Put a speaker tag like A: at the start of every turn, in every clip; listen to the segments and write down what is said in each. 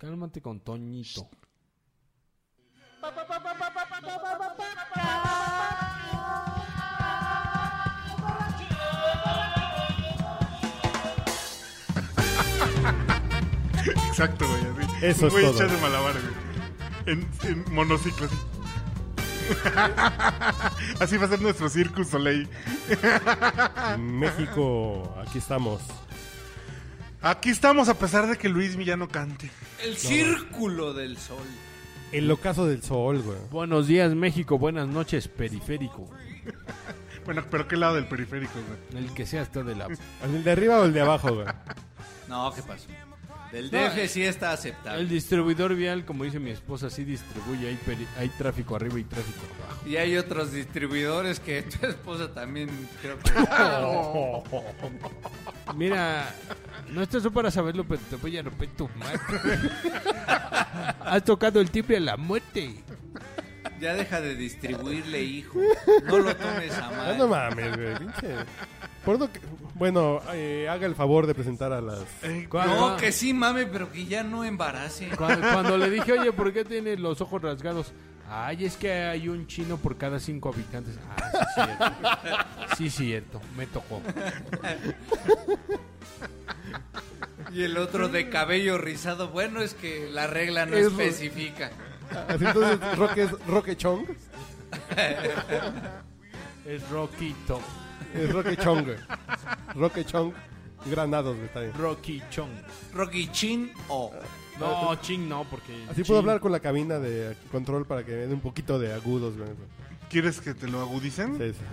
A: Cálmate con Toñito.
B: Exacto, güey. así.
C: Eso es
B: Güey,
C: todo.
B: echas de malabar, güey. En, en monociclo, así. así va a ser nuestro Circus Soleil.
C: México, aquí estamos.
B: Aquí estamos a pesar de que Luis Millano cante.
D: El círculo del sol.
C: El ocaso del sol, güey.
A: Buenos días, México. Buenas noches, periférico.
B: Bueno, pero ¿qué lado del periférico, güey?
A: El que sea está de la.
C: ¿El de arriba o el de abajo, güey?
D: No, ¿qué pasó? Del DF
C: eh,
D: sí está
A: El
D: aceptable.
A: distribuidor vial, como dice mi esposa, sí distribuye. Hay, peri- hay tráfico arriba y tráfico abajo.
D: Y hay otros distribuidores que tu esposa también creo que...
A: Mira, no estás tú para saberlo, pero te voy a romper tu madre. Has tocado el timbre a la muerte.
D: Ya deja de distribuirle, hijo. No lo tomes a
C: Ah, no
D: mal.
C: mames, güey. pinche. Por lo que- bueno, eh, haga el favor de presentar a las...
A: Cuando,
D: No, que sí, mame, pero que ya no embarace.
A: cuando- cuando le dije, oye, ¿por qué tiene los ojos rasgados? Ay, es que hay un chino por cada cinco habitantes. Ah, sí, cierto. Sí, cierto. Me tocó.
D: Y el otro de cabello rizado. Bueno, es que la regla no
C: Es-
D: especifica.
C: Así entonces, Roque, es- Roque Chong.
A: Es Roquito.
C: Es Roque Chong, güey. Roque Chong. Granados, güey, está bien.
A: Rocky Chong.
D: Rocky Chin o.
A: No, ching no, porque.
C: Así puedo hablar con la cabina de control para que me dé un poquito de agudos, güey.
B: ¿Quieres que te lo agudicen?
C: Sí, sí, sí.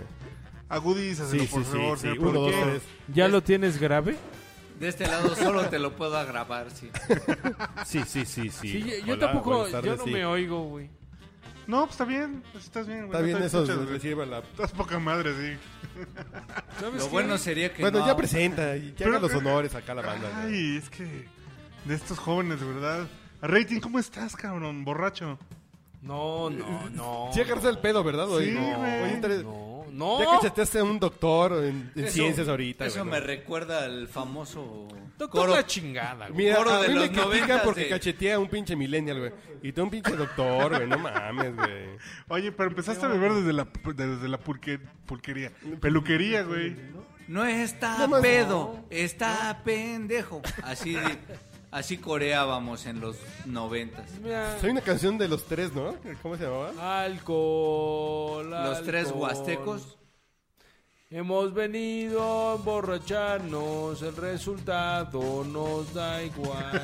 B: Agudízaselo,
C: Sí,
B: por
C: sí, sí,
B: favor,
C: sí.
B: señor
C: Uno, dos,
B: productor.
C: tres.
A: ¿Ya lo tienes grave?
D: De este lado solo te lo puedo agravar, sí.
C: Sí, sí, sí,
A: Sí, yo- yo
C: Hola,
A: tampoco.
C: buenas
A: Yo
C: tardes,
A: no
C: sí.
A: me oigo, güey.
B: No, pues está bien. pues Estás bien, güey.
C: Está bien,
B: No te
C: eso
B: escuchas,
C: le
B: güey.
C: sirve a la...
B: Estás poca madre, sí.
A: ¿Sabes
D: Lo
A: qué?
D: bueno sería que.
C: Bueno,
D: no.
C: ya presenta y que
B: Pero- eh,
C: haga los honores acá a la banda. güey.
B: Ay, es que de estos jóvenes, de verdad. Rating, ¿cómo estás, cabrón? Borracho.
A: No, no, no.
C: Sí agarraste el pedo, ¿verdad? güey?
B: Sí,
C: No,
B: güey.
C: Oye, Tere,
A: No, no.
C: Ya que chateaste a un doctor en, en
D: Eso-
C: ciencias ahorita.
D: Eso
C: güey,
D: me
C: ¿no?
D: recuerda al famoso.
A: Doctor
D: Coro.
A: la chingada, güey.
C: Mira,
D: Coro
C: a
D: de
C: mí
D: los
C: me critican
D: noventas
C: porque
D: de-
C: cachetea a un pinche millennial, güey. Y tú un pinche doctor, güey. No mames, güey.
B: Oye, pero empezaste a beber desde la, desde la pulque- pulquería. Peluquería, güey.
D: No está
C: No más-
D: pedo, está pendejo. Así, así coreábamos en los noventas.
A: Mira.
C: Hay una canción de los tres, ¿no? ¿Cómo se llamaba?
A: Alcohol.
D: Los tres
A: alcohol.
D: huastecos.
A: Hemos venido a emborracharnos, el resultado nos da igual.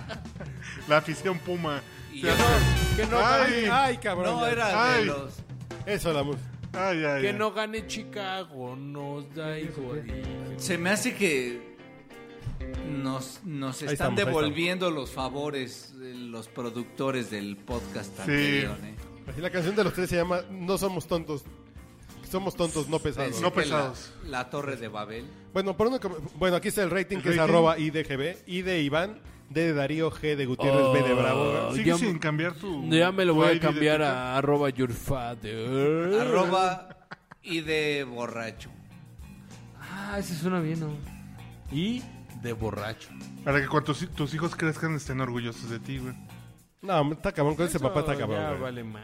B: La afición puma.
D: Y
B: Sí,
D: yo-
A: que no,
B: Ay.
A: gane,
C: Ay, ay, cabrón.
D: No,
C: ya.
D: era de
B: Ay.
D: los.
C: Eso, la música.
B: Ay, ay,
A: que
B: ay.
A: no gane Chicago, nos da igual.
D: Se me hace que nos, nos
C: Ahí
D: están
C: estamos, ahí
D: devolviendo los favores eh, los productores del podcast
B: Sí.
D: anterior. ¿eh?
C: Así la canción de los tres se llama No somos tontos. Somos tontos, no pesados.
D: Pensé
B: No
D: que
B: pesados.
D: La, la torre de Babel.
C: Bueno, por uno, com- bueno, aquí está el rating que es
B: Rating.
C: arroba IDGB. I de Iván, D de Darío, G de Gutiérrez, B de Bravo. güey.
B: Sigue
A: Ya
B: sin
A: me-
B: cambiar tu.
A: Ya me lo
B: tu
A: voy
B: ID
A: a
B: de
A: cambiar
B: Twitter.
A: a arroba your father.
D: Arroba y de borracho.
A: Ah, ese suena bien, ¿no? Y de borracho.
B: Para que cuando tus, tus hijos crezcan estén orgullosos de ti, güey.
C: No, está cabrón, con ese papá está cabrón.
A: Ya
C: güey.
A: vale más.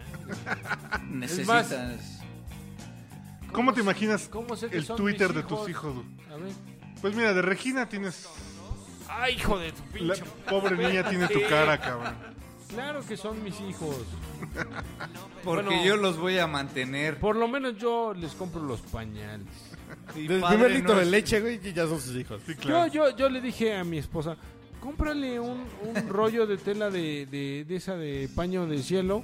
D: Necesitas.
B: ¿Cómo, te imaginas
A: cómo sé que
B: el
A: son
B: Twitter
A: mis
B: de tus
A: hijos?
B: hijos? güey?
A: A ver.
B: Pues mira, de Regina tienes.
A: Ay, hijo de tu
B: La
A: pinche.
B: pobre niña tiene tu cara, cabrón.
A: Claro que son mis hijos.
D: Porque
A: Bueno.
D: yo los voy a mantener.
A: Por lo menos yo les compro los pañales.
D: Y
C: Desde el
D: padre
C: primer litro
D: no
C: de
D: es-
C: leche, güey, que ya son sus hijos.
B: Sí, claro.
A: Yo, yo, yo le dije a mi esposa, cómprale un, un rollo de tela de, de, de esa de paño de cielo.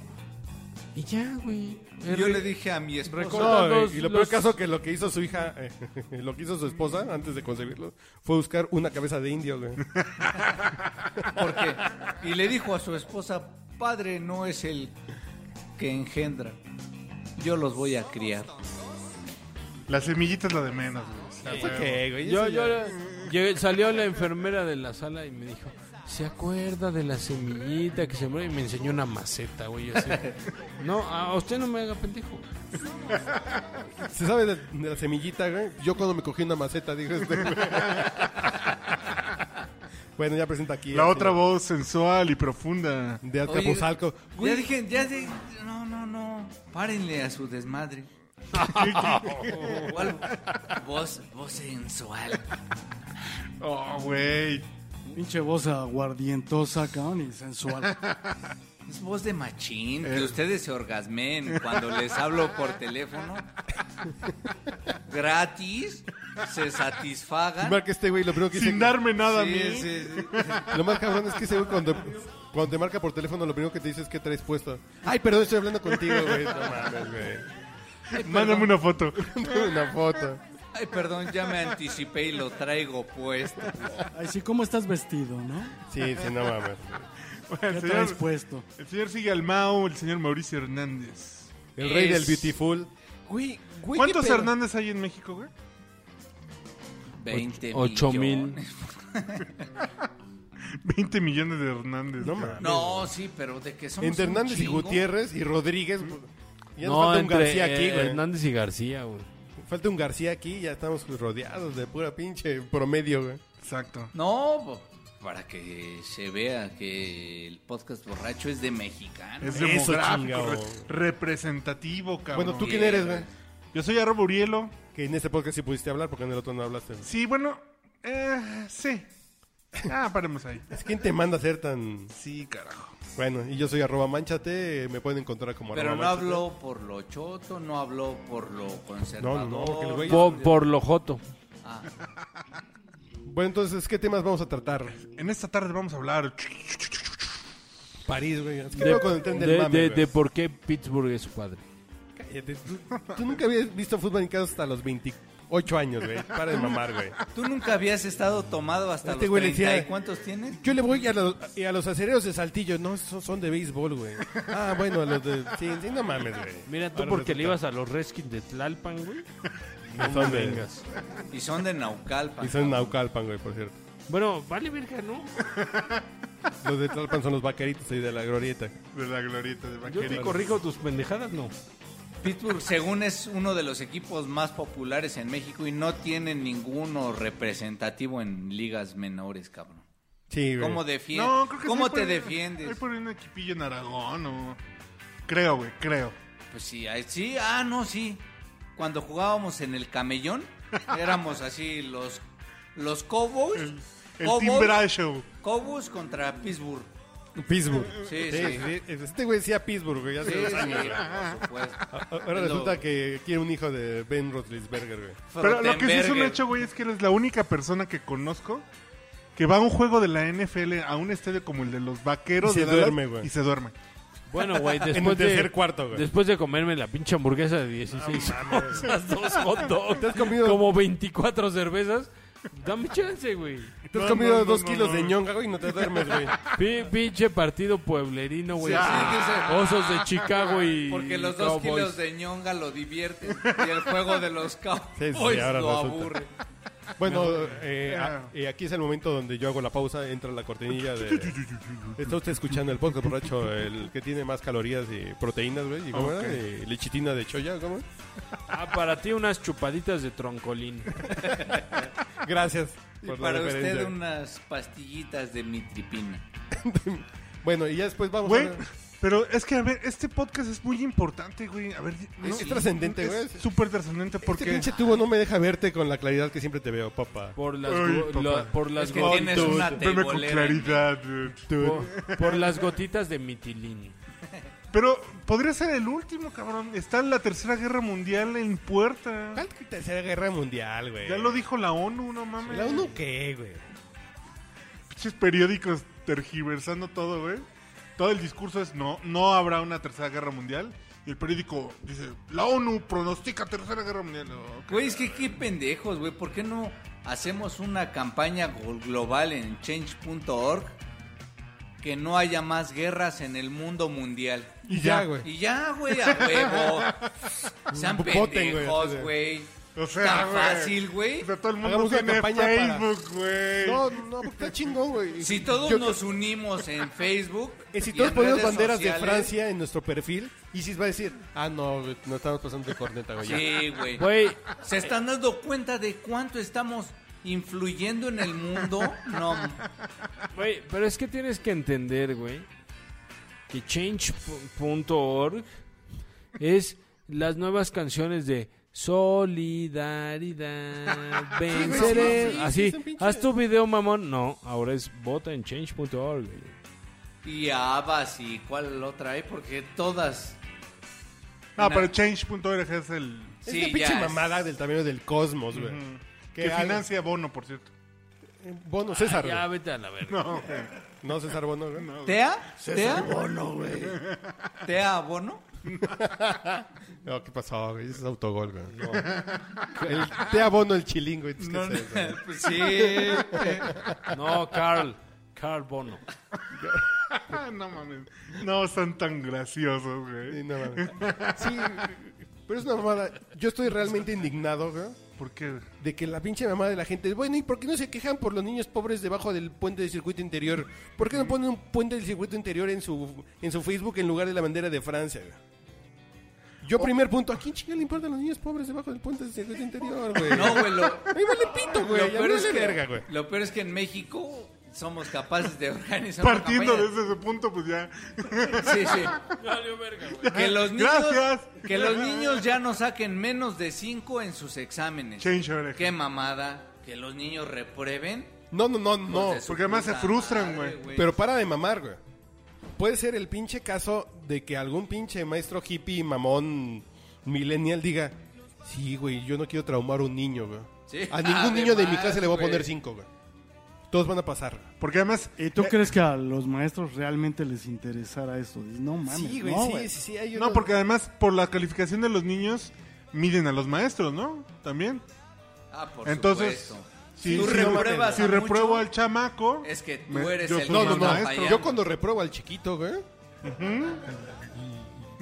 A: Y ya, güey.
D: Yo le dije a mi esposa.
A: Recuerda-
C: No,
A: Los-
C: y lo peor
A: los-
C: caso que lo que hizo su hija, eh, lo que hizo su esposa antes de concebirlo, fue buscar una cabeza de indio, güey.
D: ¿Por qué? Y le dijo a su esposa, padre no es el que engendra, yo los voy a criar.
B: La semillita es la de menos, güey. O sea,
C: ¿Eso qué, güey?
A: Yo,
C: Eso
A: yo,
C: ya-
A: llegué- salió la enfermera de la sala y me dijo, ¿se acuerda de la semillita que se muere? Y me enseñó una maceta, güey. yo así, no, a usted no me haga pendejo.
C: ¿Se sabe de, de la semillita, güey? Yo cuando me cogí una maceta, dije, este, güey. Bueno, ya presenta aquí.
B: La
C: al
B: otra
C: señor
B: voz sensual y profunda.
C: De
D: Oye,
C: Azcapotzalco.
D: Ya
C: Güey,
D: dije, ya de... No, no, no. Párenle a su desmadre. O algo. Voz, voz sensual.
B: Oh, güey.
E: Pinche voz aguardientosa, cabrón, y sensual.
D: Es voz de machín. Que ustedes se orgasmen cuando les hablo por teléfono. Gratis. Se satisfagan.
C: Marca este güey, lo primero que dice.
B: Sin darme nada a mí.
D: Sí, sí, sí.
C: Lo más cabrón es que ese güey cuando, cuando te marca por teléfono, lo primero que te dice es que traes puesto. Ay, perdón, estoy hablando contigo, güey. No mames, güey.
B: Mándame una foto.
C: Una foto.
D: Ay, perdón, ya me anticipé y lo traigo puesto.
E: Así como estás vestido, ¿no?
C: Sí, sí, no mames.
B: El
E: ¿Qué traes
B: señor,
E: puesto?
B: el señor sigue al Mao, el señor Mauricio Hernández.
C: El rey del
D: Es-
C: beautiful.
F: Güey, güey.
B: ¿Cuántos
F: qué pedo.
B: Hernández hay en México, güey?
D: 20
A: Ocho
D: millones.
A: mil.
B: 20 millones de Hernández.
C: No
B: güey.
C: mames.
D: No, sí, pero de que somos
C: Entre
D: un
C: Hernández y
D: chingo.
C: Gutiérrez y Rodríguez. pues, Ya nos
A: No,
C: falta un García
A: entre
C: aquí,
A: eh,
C: güey.
A: Hernández y García, güey.
C: Falta un García aquí, ya estamos rodeados de pura pinche promedio, güey.
B: Exacto.
D: No, po- para que se vea que el podcast borracho es de mexicano.
B: Es
C: Eso,
B: demográfico,
C: chingao.
B: re- representativo, cabrón.
C: Bueno, ¿tú quién eres, güey?
B: Yo soy arroba Urielo.
C: Que en este podcast sí pudiste hablar porque en el otro no hablaste. güey.
B: Sí, bueno, eh, sí. Ah, paremos ahí.
C: Es ¿Quién te manda a ser tan...?
B: Sí, carajo.
C: Bueno, y yo soy arroba manchate, me pueden encontrar como
D: Pero no
C: arroba Manchate.
D: habló por lo choto, no habló por lo conservador.
C: No, no, porque el güey-
A: Po- por lo joto.
C: Bueno, entonces, ¿qué temas vamos a tratar?
B: En esta tarde vamos a hablar.
C: París, güey. Es que
A: De,
C: no con el tren del
A: de-
C: mame,
A: de-
C: güey.
A: de por qué Pittsburgh es su padre.
C: Cállate, Eh, tú, tú nunca habías visto fútbol en casa hasta los 28 años, güey. Para de mamar, güey.
D: Tú nunca habías estado tomado hasta
C: Este
D: los
C: güey le
D: 30
C: decía-
D: y cuántos tienes?
C: Yo le voy a los, y a los acereros de Saltillo. No, esos son de béisbol, güey. Ah, bueno, a los de... Sí, sí, no mames, güey.
A: Mira, tú
C: Ahora
A: porque le
C: resulta-
A: ibas a los Redskins de Tlalpan, güey.
C: No son de-
D: Y son de Naucalpan.
C: Y son Naucalpan, güey, por cierto.
A: Bueno, vale verga, ¿no?
C: Los de Tlalpan son los vaqueritos ahí de la glorieta.
B: De la glorieta de
A: Yo te
B: Vaquerico.
A: corrijo tus pendejadas, no.
D: Pittsburgh, según es uno de los equipos más populares en México y no tiene ninguno representativo en ligas menores, cabrón.
C: Sí, güey.
D: ¿Cómo defiendes?
B: No, creo que sí
D: ¿Cómo
B: hay
D: te
B: por- Hay
D: defiendes?
B: por ahí un equipillo en Aragón o... Creo, güey, creo.
D: Pues sí, ahí- sí, ah, no, sí. Cuando jugábamos en el camellón, éramos así los los Cowboys.
B: El, el
C: Oh,
D: Cowboys-
B: Team Bradshaw.
D: Cowboys contra Pittsburgh.
C: Pittsburgh.
D: Sí, sí.
C: Este güey decía Pittsburgh, güey.
D: Sí,
C: hace
D: sí,
C: dos años, güey.
D: por supuesto.
C: A- Ahora
D: Es lo-
C: resulta que quiere un hijo de Ben Roethlisberger, güey.
B: Pero lo que sí es un
D: Frottenberger.
B: hecho, güey, es que eres la única persona que conozco que va a un juego de la NFL a un estadio como el de los vaqueros
C: Y se
B: de Dallas
C: duerme, güey.
B: Y se duerme.
A: Bueno, güey,
C: En el
A: después
C: tercer
A: de...
C: cuarto, güey.
A: Después de comerme la pinche hamburguesa de 16 cosas, dos hot dogs,
C: ¿Te has comido-
A: como 24 cervezas, dame chance, güey.
C: Te
B: No,
C: has comido
B: no, no,
C: dos
B: no,
C: kilos
B: no.
C: de ñonga, güey, y no te duermes, güey.
A: Pi- pinche partido pueblerino, güey.
D: Sí,
A: así.
D: sí, dice-
A: Osos de Chicago y
D: Porque los dos
A: Cowboys.
D: kilos de ñonga lo divierten y el juego de los
C: Sí,
D: Cowboys
C: sí, ahora
D: lo
C: resulta.
D: aburre.
C: Bueno, eh, a- eh, aquí es el momento donde yo hago la pausa, entra la cortinilla de... Está usted escuchando el podcast, borracho, el que tiene más calorías y proteínas, güey. ¿Y cómo era?
B: Ok.
C: Eh, lechitina de choya, ¿cómo?
A: Ah, para ti unas chupaditas de troncolín.
C: Gracias
D: Y
C: por la
D: para
C: referencia.
D: usted unas pastillitas de mitripina.
C: Bueno, y ya después vamos
B: Güey,
C: a... ver-
B: pero es que, a ver, este podcast es muy importante, güey. A ver,
C: Es trascendente, güey.
B: Es súper trascendente
C: Este
B: porque...
C: pinche tubo no me deja verte con la claridad que siempre te veo, papá.
A: Por las,
B: Ay,
A: go-
B: papá.
A: lo- por las
D: Es que
A: go-
D: tienes
B: Dude,
D: una
B: veme con
D: teibolera.
B: claridad, dude.
A: por, por las gotitas de mitilín.
B: Pero podría ser el último, cabrón. Está la Tercera Guerra Mundial en puerta.
C: ¿Cuál tercera guerra mundial, güey?
B: Ya lo dijo la ONU, no mames.
C: ¿La uno qué, güey?
B: Pinches periódicos tergiversando todo, güey. Todo el discurso es no, no habrá una tercera guerra mundial. Y el periódico dice, la ONU pronostica tercera guerra mundial. Ok.
D: Güey, es que qué pendejos, güey. ¿Por qué no hacemos una campaña gol- global en change.org que no haya más guerras en el mundo mundial?
C: Y ya, güey.
D: Y ya, güey, a huevo. Sean
C: Voten, güey, así
D: pendejos,
C: de-
D: güey.
B: O sea,
D: Tan
B: güey.
D: fácil, güey.
B: O sea, todo el mundo
C: Hagamos una
B: tiene
C: campaña para-
B: Facebook, güey.
C: No, no, porque está chingón, güey.
D: Si todos
C: Yo-
D: nos unimos en Facebook.
C: Eh, si
D: y
C: todos
D: en
C: ponemos
D: redes
C: banderas
D: sociales-
C: de Francia en nuestro perfil, Isis va a decir, ah, no, güey, no estamos pasando de corneta, güey. ya".
D: Sí, güey.
A: Güey,
D: Se están dando cuenta de cuánto estamos influyendo en el mundo, no.
A: Güey, pero es que tienes que entender, güey, que change.org es las nuevas canciones de solidaridad, venceré.
C: sí, sí,
A: Así,
C: son pinches-
A: haz tu video, mamón. No, ahora es vota en change.org, güey.
D: Y Abbas y cuál otra hay, porque todas.
B: No,
D: Una-
B: pero change.org es el
D: Sí,
C: Esta pinche
D: ya es-
C: mamada del tamaño del cosmos, güey.
B: que
C: haga-
B: financia Bono, por cierto.
C: Bono, César.
A: Ya,
C: güey.
A: vete a la verga.
B: No,
C: No, César Bono, güey.
D: ¿Tea? ¿Tea?
E: Bono, güey.
D: ¿Tea Bono?
C: No, ¿qué pasó, güey? Ese es autogol, güey. El, te abono el chilingo. güey. ¿Qué
D: No,
C: es
D: no,
C: eso, güey?
D: pues sí. eh,
A: No, Carl. Carl Bono.
B: Ah, no mames. No son tan graciosos, güey.
C: Sí, no mames. Sí, pero es una mamada. Yo estoy realmente indignado, güey,
B: ¿Por qué?
C: de que la pinche mamada de la gente. Bueno, ¿y por qué no se quejan por los niños pobres debajo del puente del circuito interior? ¿Por qué no ponen un puente del circuito interior en su, en su Facebook en lugar de la bandera de Francia, güey? Yo,
D: Oh.
C: primer punto, ¿a quién chinga le importan los niños pobres debajo del puente del circuito interior, güey?
D: No, güey, lo,
C: A mí vale pito, güey.
D: lo
C: a mí
D: peor
C: me
D: es
C: vale
D: que,
C: verga, güey.
D: lo peor es que en México somos capaces de organizar una
B: Partiendo
D: campaña-
B: desde ese punto, pues ya.
D: Sí, sí. Que los niños,
B: Ah, Gracias.
D: Que los niños ya no saquen menos de 5 en sus exámenes.
B: Change.org.
D: Qué mamada. Que los niños reprueben.
C: No, no, no, no.
D: Pues de su
B: porque además se
D: puta
B: frustran,
D: madre,
B: güey.
C: Pero para de mamar, güey. Puede ser el pinche caso de que algún pinche maestro hippie mamón millennial diga, sí, güey, yo no quiero traumar a un niño, güey.
D: Sí.
C: A ningún niño de mi
D: Además,
C: clase le voy a
D: güey.
C: poner cinco, güey. Todos van a pasar. güey.
B: Porque además.
E: ¿Y tú
B: eh,
E: crees que a los maestros realmente les interesara esto? Dices, No mames,
C: Sí, güey,
E: no,
C: sí,
E: güey.
C: sí, sí, hay
B: No,
C: unos-
B: porque además por la calificación de los niños miden a los maestros, ¿no? También.
D: Ah, por
B: Entonces,
D: supuesto.
B: si,
D: Tú
B: si-
D: repruebas
B: si
D: a
B: repruebo
D: mucho,
B: al chamaco,
D: Es que tú
B: me-
D: eres
B: yo
D: el
B: soy
C: No, no,
B: mal
C: no.
B: maestro.
C: Yo cuando repruebo al chiquito, güey.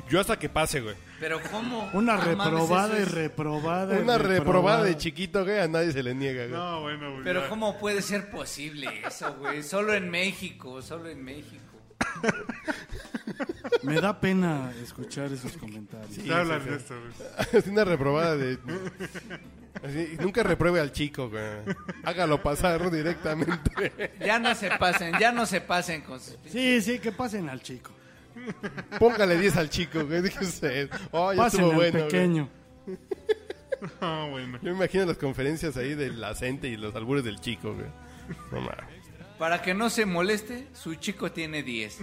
C: Yo hasta que pase, güey.
D: Pero ¿cómo?
E: Una
D: No mames,
E: reprobada
D: eso
E: y
D: es-
E: reprobada. y
C: Una reprobada de chiquito, güey, a nadie se le niega, güey.
B: No, bueno, güey.
D: Pero
B: ya.
D: ¿cómo puede ser posible eso, güey? Solo en México, solo en México.
E: Me da pena escuchar esos comentarios.
B: Ya hablas de esto, güey.
C: Es una reprobada de. Así, nunca repruebe al chico, güey. Hágalo pasar directamente.
D: Ya no se pasen, ya no se pasen con sus...
E: Sí, sí, que pasen al chico.
C: Póngale 10 al chico, güey. Déjese. Oh, ya
E: Pasen
C: estuvo
E: al
C: bueno. güey.
E: pequeño.
B: No, bueno.
C: Yo me imagino las conferencias ahí del acente y los albures del chico, güey. No mames.
D: Para que no se moleste, su chico tiene 10.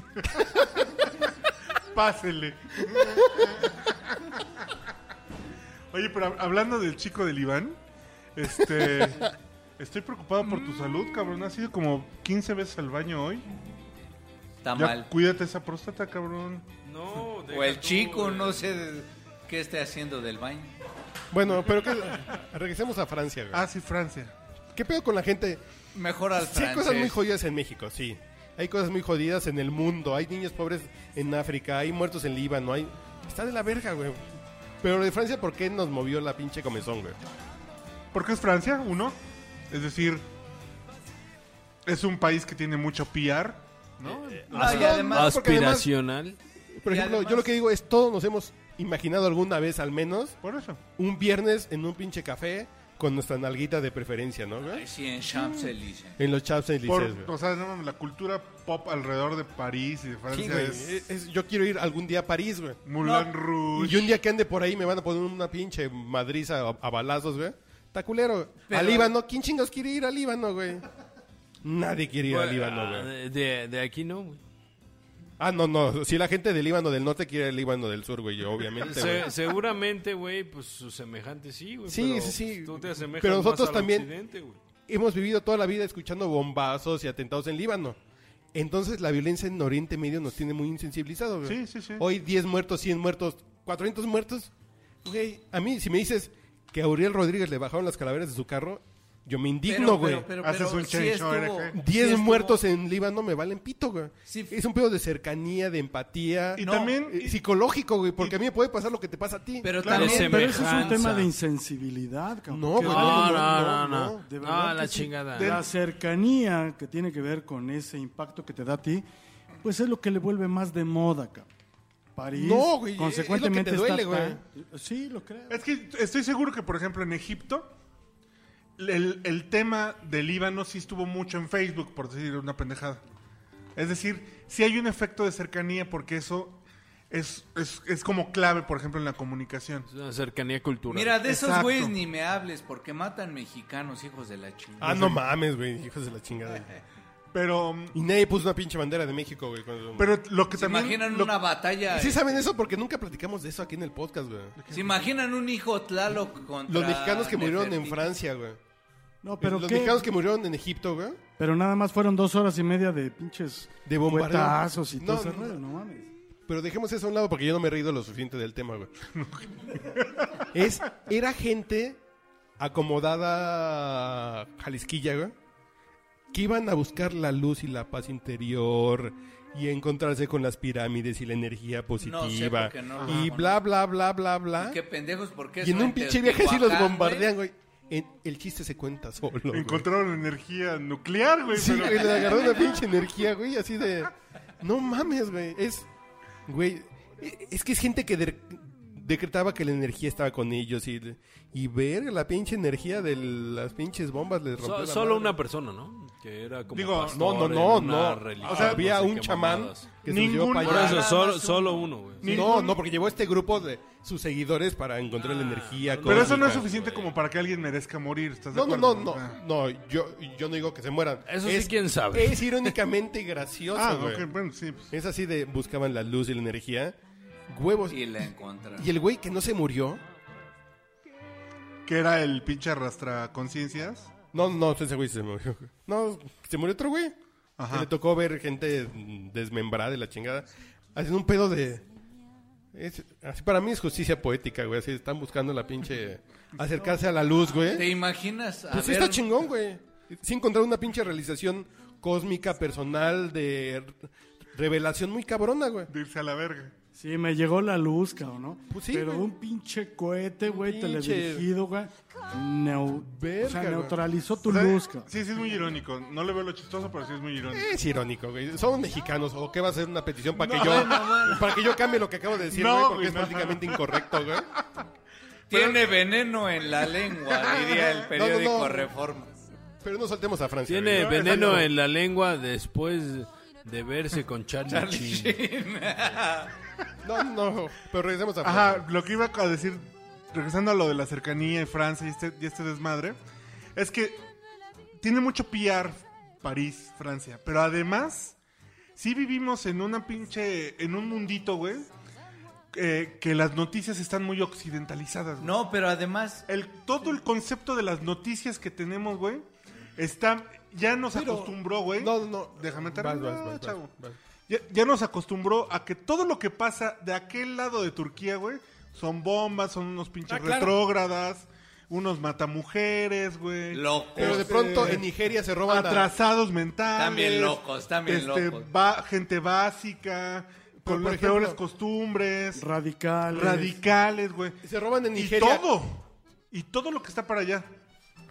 B: Pásele. Oye, pero hab- hablando del chico del Iván, este. Estoy preocupado por tu salud, cabrón. Has ido como 15 veces al baño hoy.
D: Está
B: Ya
D: mal.
B: cuídate esa próstata, cabrón.
A: No,
D: O el chico, no sé de- qué esté haciendo del baño.
C: Bueno, pero que. Regresemos a Francia, güey.
B: Ah, sí, Francia.
C: ¿Qué pedo con la gente?
D: Mejor al
C: Sí, hay cosas muy
D: francés.
C: jodidas en México, sí. Hay cosas muy jodidas en el mundo. Hay niños pobres en África, hay muertos en Líbano, hay... Está de la verga, güey. Pero lo de Francia, ¿por qué nos movió la pinche comezón, güey?
B: ¿Por qué es Francia? Uno. Es decir, es un país que tiene mucho PR, ¿no?
D: No, y
C: Ah,
D: además,
C: más, porque además-
A: Aspiracional.
C: Por
D: Y
C: ejemplo,
D: además-
C: yo lo que digo es, todos nos hemos imaginado alguna vez al menos
B: Por eso.
C: un viernes en un pinche café con nuestra nalguita de preferencia, ¿no? güey?
D: pues, sí, en Champs-Élysées.
C: En los chaps en
B: Por,
C: güey.
B: o sea, no mames, la cultura pop alrededor de París y de
C: Sí,
B: Francia
C: güey.
B: es
C: Es- es- yo quiero ir algún día a París, güey.
B: Moulin Rouge.
C: Y un día que ande por ahí me van a poner una pinche madriza a, a balazos, güey. Está culero.
D: Pero-
C: Al Líbano, ¿quién chingados quiere ir al Líbano, güey? Nadie quiere ir al Líbano,
A: Ah,
C: güey.
A: de, de aquí no, güey.
C: Ah, no, no. Si la gente del Líbano del norte quiere el Líbano del sur, güey, obviamente, güey.
A: Se- seguramente, güey, pues sus semejantes sí, güey.
C: Sí,
A: pero,
C: sí, sí.
A: pues, Tú te asemejas
C: Pero nosotros
A: más al
C: también-
A: occidente, güey.
C: Hemos vivido toda la vida escuchando bombazos y atentados en Líbano. Entonces la violencia en Oriente Medio nos tiene muy insensibilizados, güey.
B: Sí, sí, sí.
C: Hoy 10 muertos, 100 muertos, 400 muertos. Güey, a mí si me dices que a Uriel Rodríguez le bajaron las calaveras de su carro, yo me indigno,
D: Pero-
C: güey.
D: pero- pero-
B: Haces
D: pero
B: un
D: sí
B: change
D: estuvo-
B: ORG.
D: sí
C: 10
D: estuvo-
C: muertos en Líbano me valen pito, güey.
D: Sí.
C: Es un pedo de cercanía, de empatía,
B: Y
D: No,
B: también...
C: eh, psicológico, güey, porque a mí me puede pasar lo que te pasa a ti.
D: Pero
A: Claro,
D: también...
A: se
E: Pero eso es un
A: Semejanza.
E: tema de insensibilidad, cabrón.
C: No,
E: Que
C: güey,
E: vale
A: No,
C: no,
A: no, no,
C: no,
A: no.
E: De verdad
A: No, la
E: que sí.
A: chingada.
E: La cercanía que tiene que ver con ese impacto que te da a ti, pues es lo que le vuelve más de moda acá. París,
C: No, güey,
E: consecuentemente
C: es lo que te
E: está
C: duele,
E: tan- Sí, lo creo.
B: Es que estoy seguro que, por ejemplo, en Egipto, el, el tema del Líbano sí estuvo mucho en Facebook, por decir una pendejada. Es decir, sí hay un efecto de cercanía porque eso es, es, es como clave, por ejemplo, en la comunicación.
A: Es una cercanía cultural.
D: Mira, de esos
B: Exacto.
D: güeyes ni me hables porque matan mexicanos, hijos de la chingada.
C: Ah, no mames, güey, hijos de la chingada.
B: Pero,
C: Y nadie puso una pinche bandera de México, güey. cuando-
B: pero lo que
D: ¿Se
B: también...
D: imaginan
B: lo-
D: una batalla?
C: Sí saben eso porque nunca platicamos de eso aquí en el podcast, güey.
D: ¿Se imaginan un hijo Tlaloc contra...
C: Los mexicanos que murieron en
D: Nefertiti?
C: Francia, güey.
E: No, pero
C: Pero Eh, los
E: qué-
C: mexicanos que murieron en Egipto, güey.
E: Pero nada más fueron dos horas y media de pinches
C: De bombardeo.
E: cuetazos y
C: No,
E: todo ese
C: no, no.
E: rollo, no mames.
C: Pero dejemos eso a un lado porque yo no me he reído lo suficiente del tema, güey. es, era gente acomodada jalisquilla, güey, que iban a buscar la luz y la paz interior y a encontrarse con las pirámides y la energía positiva.
D: porque no lo
C: y
D: conozco.
C: bla, bla, bla, bla, bla.
D: Qué pendejos, porque
C: Y en un pinche viaje así los bombardean, güey. En- el chiste se cuenta solo. güey.
B: Encontraron energía nuclear, güey.
C: Sí,
B: pero-
C: güey, le agarró una pinche energía, güey, así de... No mames, güey. Es... Güey, e- es que es gente que de- decretaba que la energía estaba con ellos y, y ver la pinche energía de las pinches bombas les rompió
A: So-
C: la
A: solo
C: madre.
A: una persona, ¿no? Que era como
B: Digo,
A: pastor
C: No, no,
A: en
C: no,
A: una
C: no.
A: religión,
C: o sea, había
A: no sé
C: un
A: qué
C: chamán
A: mamadas.
C: que se los llevó
B: Ningún-
C: para
A: Por
C: allá.
A: eso,
D: Nada
A: solo,
D: más
A: solo uno, güey.
B: Ni-
C: No, no, porque llevó este grupo de sus seguidores para encontrar
A: Ah,
C: la energía.
B: Pero eso no
C: cósmica.
B: es suficiente como para que alguien merezca morir, ¿estás de
C: No, no,
B: acuerdo?
C: no, no,
B: Ah.
C: no, yo, yo no digo que se mueran.
A: Eso sí, quién sabe.
C: Es irónicamente gracioso,
B: Ah,
C: güey.
B: ok, bueno, sí. pues.
C: Es así de buscaban la luz y la energía. Huevos.
D: Y la encontraron.
C: Y el güey que no se murió.
B: Que era el pinche arrastra conciencias.
C: No, no, ese güey se murió. No, se murió otro güey.
B: Ajá.
C: Que Le tocó ver gente mm, desmembrada y la chingada. Haciendo un pedo de. es- así para mí es justicia poética, güey. Así están buscando la pinche. Acercarse a la luz,
D: ¿Te
C: güey.
D: imaginas
C: Pues sí
D: haber-
C: está chingón, güey. Sí encontrar una pinche realización cósmica, personal, de re- revelación muy cabrona, güey.
B: De irse a la verga.
E: Sí, me llegó la luz, cabrón, ¿no?
C: Pues sí,
E: Pero
C: güey.
E: un pinche cohete, güey,
C: Pinche-
E: teledirigido, güey. neu- o
C: Verga,
E: sea,
C: güey.
E: neutralizó tu
B: O sea,
E: luz, cabrón.
B: Sí, sí, es muy irónico. No le veo lo chistoso, pero sí es muy irónico.
C: Es irónico, güey. Somos mexicanos. ¿O qué va a ser una petición para que yo para que yo cambie lo que acabo de decir,
B: No,
C: güey? Porque
B: güey,
C: es
B: no.
C: prácticamente incorrecto, güey.
D: Tiene veneno en la lengua, diría el periódico Reforma.
C: Pero no saltemos a Francia.
A: Tiene
C: güey.
A: veneno en la lengua después de verse con Charlie, Sheen.
C: No, no. Pero regresemos a Francia.
B: Ajá, lo que iba a decir, regresando a lo de la cercanía y Francia y este, y este desmadre, es que tiene mucho PR París, Francia, pero además, sí vivimos en una pinche, en un mundito, güey, eh, que las noticias están muy occidentalizadas, güey.
D: No, pero además,
B: El, todo el concepto de las noticias que tenemos, güey, está, ya nos
C: Pero-
B: acostumbró, güey.
C: No, no, no.
B: Déjame
C: Vas, vas,
B: terminar,
C: vas, vas,
B: chavo.
C: vas.
B: Ya, ya nos acostumbró a que todo lo que pasa de aquel lado de Turquía, güey, son bombas, son unos pinches
C: Ah, claro.
B: retrógradas, unos matamujeres, güey. Este,
D: locos.
C: Pero de pronto en Nigeria se roban la-
B: Atrasados mentales. Este,
D: También locos, también locos.
B: va- gente básica, con
C: Pero, por
B: las
C: ejemplo,
B: peores costumbres,
E: Radical.
B: radicales, güey.
C: Se roban en
B: Y
C: Nigeria.
B: todo. Y todo lo que está para allá.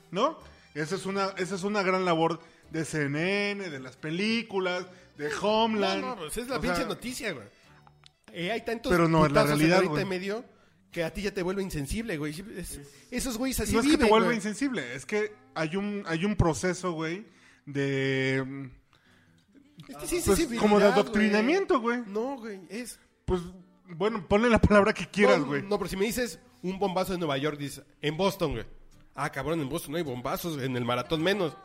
B: ¿No? Esa es una, esa es una gran labor de CNN, de las películas, de
C: No,
B: Homeland.
C: no, pues es la
B: O
C: pinche
B: sea,
C: noticia, güey. Eh, hay tantos
B: Pero no, es la
C: putazos en
B: realidad,
C: ahorita
B: güey.
C: en medio que a ti ya te vuelve insensible, güey. Es- esos güeyes así
B: no es que
C: viven,
B: te vuelva
C: güey.
B: insensible, es que hay un, hay un proceso, güey, de... mm,
C: Es que sí, sí,
B: Pues,
C: sí,
B: como de
C: virilidad,
B: adoctrinamiento, güey.
C: No, güey, es...
B: Pues, bueno, ponle la palabra que quieras,
C: no,
B: güey.
C: No, pero si me dices un bombazo en Nueva York, dices, en Boston, güey. Ah, cabrón, en Boston no hay bombazos, en el maratón menos.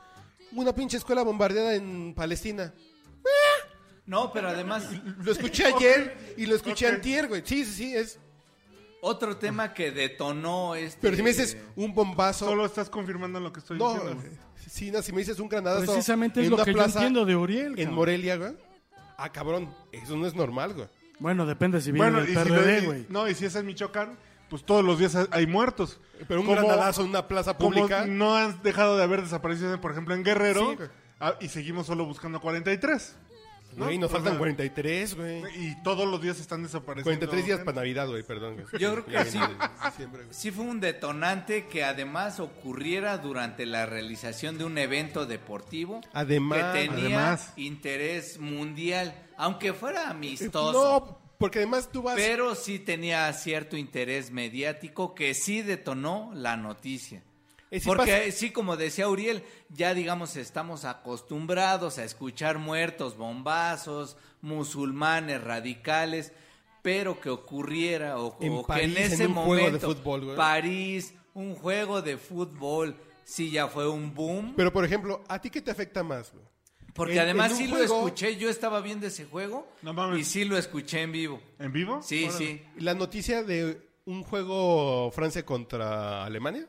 C: Una pinche escuela bombardeada en Palestina.
D: No, pero además,
C: Lo escuché ayer y lo escuché
B: ok.
C: antier, güey. Sí, sí, sí, es...
D: otro tema que detonó este...
C: Pero si me dices un bombazo...
B: Solo estás confirmando lo que estoy
C: no, eh,
B: diciendo. güey.
C: sí, no, si me dices un granadazo
E: Precisamente es
C: en
E: lo
C: una
E: que yo
C: plaza
E: entiendo de Uriel.
C: en
E: cabrón.
C: Morelia, güey. Ah, cabrón, eso no es normal, güey.
E: Bueno, depende si viene
B: Bueno,
E: del
B: y si,
E: PRD,
B: lo- y-
E: güey.
B: no, y si es en Michoacán, pues todos los días hay muertos.
C: Pero un
B: Como-
C: granadazo en una plaza
B: Como
C: pública...
B: no han dejado de haber desaparecidos, por ejemplo, en Guerrero,
C: Sí, güey.
B: ah, y seguimos solo buscando 43. ¿no?
C: Güey, nos
B: O
C: faltan
B: sea,
C: 43, güey.
B: Y todos los días están desapareciendo.
C: 43 días para Navidad, güey, perdón. güey.
D: Yo creo que
C: Ya
D: sí.
C: viene de diciembre, güey.
D: Sí fue un detonante que además ocurriera durante la realización de un evento deportivo
C: Además,
D: que tenía
B: además.
D: interés mundial, aunque fuera amistoso,
C: No, pues. porque además tú vas...
D: pero sí tenía cierto interés mediático que sí detonó la noticia.
C: Eh, si
D: Porque
C: pasa-
D: eh, sí, como decía Uriel, ya digamos estamos acostumbrados a escuchar muertos, bombazos, musulmanes, radicales, pero que ocurriera o,
C: En
D: o
C: París,
D: que en ese
C: en un juego de
D: momento
C: fútbol, güey.
D: París, un juego de fútbol, sí ya fue un boom,
C: Pero por ejemplo, ¿a ti qué te afecta más? güey?
D: porque
C: en- en
D: además
C: un
D: sí lo
C: juego-
D: escuché, yo estaba viendo ese juego
B: No mames.
D: y sí lo escuché en vivo.
B: ¿En vivo?
D: Sí,
B: Órale.
D: sí.
C: La noticia de un juego Francia contra Alemania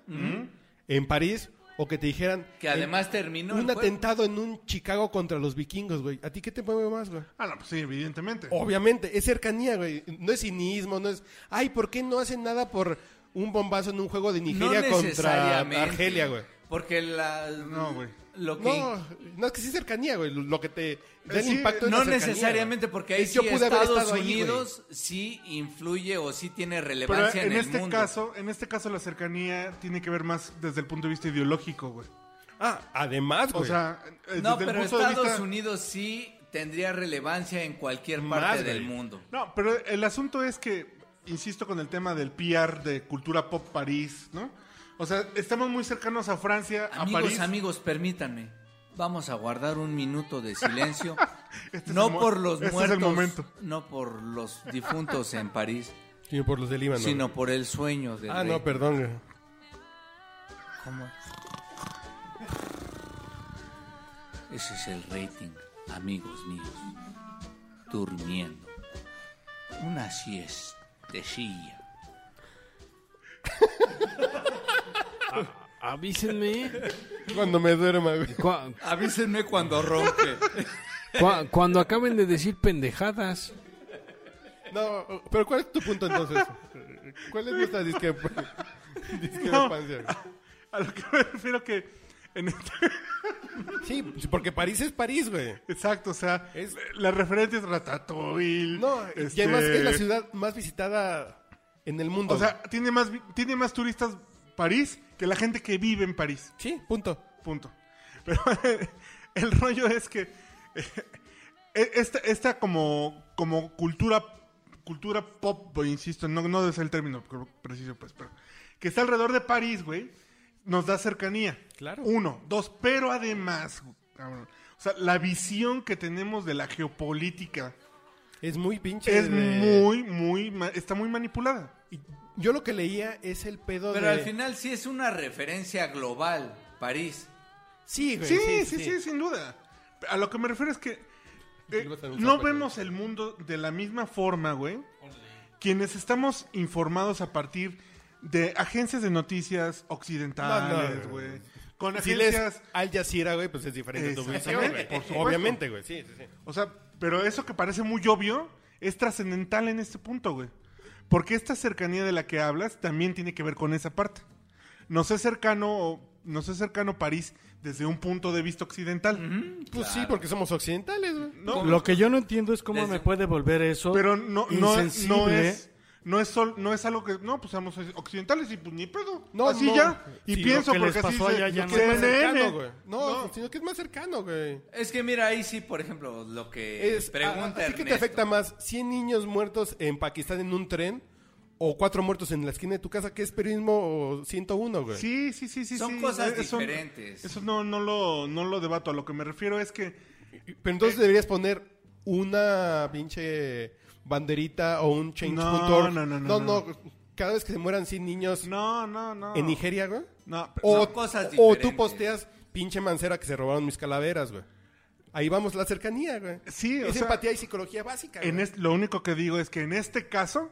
C: en París o que te dijeran
D: Que
C: en-
D: además terminó el
C: un
D: juego.
C: atentado en un Chicago contra los vikingos, güey. ¿A ti qué te mueve más, güey?
B: Ah, no, pues sí, evidentemente.
C: Obviamente, es cercanía, güey. No es cinismo, no es. Ay, ¿por qué no hacen nada por un bombazo en un juego de Nigeria contra
D: necesariamente,
C: Argelia, güey?
D: Porque la
B: No, güey.
D: lo que
C: No, no, es que sí es cercanía, güey. Lo que te da el
B: sí,
C: impacto es la
D: Eh, No
C: cercanía,
D: necesariamente, porque ahí
C: Es-
D: sí
C: yo pude haber
D: Estados
C: estado ahí, güey.
D: Unidos sí influye o sí tiene
B: Pero
D: relevancia
B: en,
D: en, el
B: este
D: mundo.
B: caso, en este caso la cercanía tiene que ver más desde el punto de vista ideológico, güey.
C: Ah, además,
B: O
C: güey.
B: sea, eh,
D: no,
B: desde el
D: pero
B: punto de
D: Estados
B: vista...
D: Unidos sí tendría relevancia en cualquier
C: Más,
D: parte del
C: güey.
D: mundo.
B: No, pero el asunto es que, insisto con el tema del PR de cultura pop París, ¿no? O sea, estamos muy cercanos a Francia, a
D: Amigos,
B: París.
D: amigos, permítanme. Vamos a guardar un minuto de silencio.
B: Este es
D: no
B: el mo-
D: por los
B: este es el
D: muertos,
B: momento.
D: no por los difuntos en París,
C: Sino por los del Líbano.
D: sino por el sueño del
C: Ah,
D: rey.
C: no, perdón, güey.
D: ¿Cómo? Ese es el rating, amigos míos. Durmiendo. Una siestecilla.
A: Avísenme.
C: Cuando me duerma, güey.
A: Cua-
D: Avísenme cuando ronque.
A: cua- cuando acaben de decir pendejadas.
C: No, pero ¿cuál es tu punto entonces? ¿Cuál es nuestra discrepa- discrepancia? güey?
B: A lo que me refiero que... en este-
C: Sí, pues, porque París es París, güey.
B: Exacto, o sea,
C: Es-
B: la referencia es Ratatouille.
C: No, y
B: este,
C: además es la ciudad más visitada en el mundo.
B: O sea, tiene más, vi- tiene más turistas París que la gente que vive en París.
C: sí, punto.
B: Punto. Pero el rollo es que eh, esta, esta como, como cultura, cultura pop, güey, insisto, no, no es el término preciso, pues, pero que está alrededor de París, güey, nos da cercanía.
C: Claro.
B: Uno, dos, pero además, cabrón, o sea, la visión que tenemos de la geopolítica
C: Es muy pinche.
B: es
C: de-
B: muy, muy, ma- está muy manipulada.
C: y Yo lo que leía es el pedo de.
D: Pero al final sí es una referencia global, París.
C: Sí, güey.
B: Sí, sí, sí, sin duda. A lo que me refiero es que eh,
C: Sí, vas a usar
B: no
C: para-
B: vemos el mundo de la misma forma, güey. Quienes estamos informados a partir de agencias de noticias occidentales,
C: No, no.
B: güey. Con
C: Si lees
B: agencias...
C: Al Jazeera, güey, pues es diferente tu visión,
B: Exactamente,
C: güey.
B: por supuesto.
C: Obviamente, güey, sí, sí, sí.
B: O sea, pero eso que parece muy obvio es trascendental en este punto, güey. Porque esta cercanía de la que hablas también tiene que ver con esa parte. Nos es cercano, nos es cercano París desde un punto de vista occidental.
C: Pues sí, porque somos occidentales, güey.
B: No,
E: Lo que yo no entiendo es cómo
D: Desde-
E: me puede volver eso
B: Pero no, no, es-
E: insensible.
B: no es. No es, sol- no es algo que. No, pues somos occidentales y pues ni pedo.
C: No,
B: así
C: no.
B: ya. Y
E: Sí, lo
B: pienso
E: que les
B: porque así
E: pasó
B: se-
E: allá ya
B: lo
E: no
B: que
E: es
C: Más
B: CNN.
C: cercano, güey. No,
B: No.
C: sino que es más cercano, güey.
D: Es que mira, ahí sí, por ejemplo, lo que
C: Es,
D: pregunta
C: ¿a- a ti qué te
D: Ernesto.
C: afecta más? ¿100 niños muertos en Pakistán en un tren? ¿O cuatro muertos en la esquina de tu casa? ¿Qué es periodismo 101, güey?
B: Sí, sí, sí, sí.
D: Son
B: sí,
D: cosas
B: eso-
D: diferentes.
B: Eso no, no, lo, no lo debato. A lo que me refiero es que.
C: Pero entonces deberías poner una pinche banderita o un change.org.
B: No, no, no, no, no.
C: Cada vez que se mueran 100 niños
B: No, no, no.
C: en Nigeria, güey.
B: No, pero-
C: O,
D: Son cosas
C: o tú
D: diferentes.
C: posteas pinche mancera que se robaron mis calaveras, güey. Ahí vamos la cercanía, güey.
B: Sí, o
C: Es
B: sea,
C: empatía y psicología básica.
B: en
C: güey.
B: es- lo único que digo es que en este caso,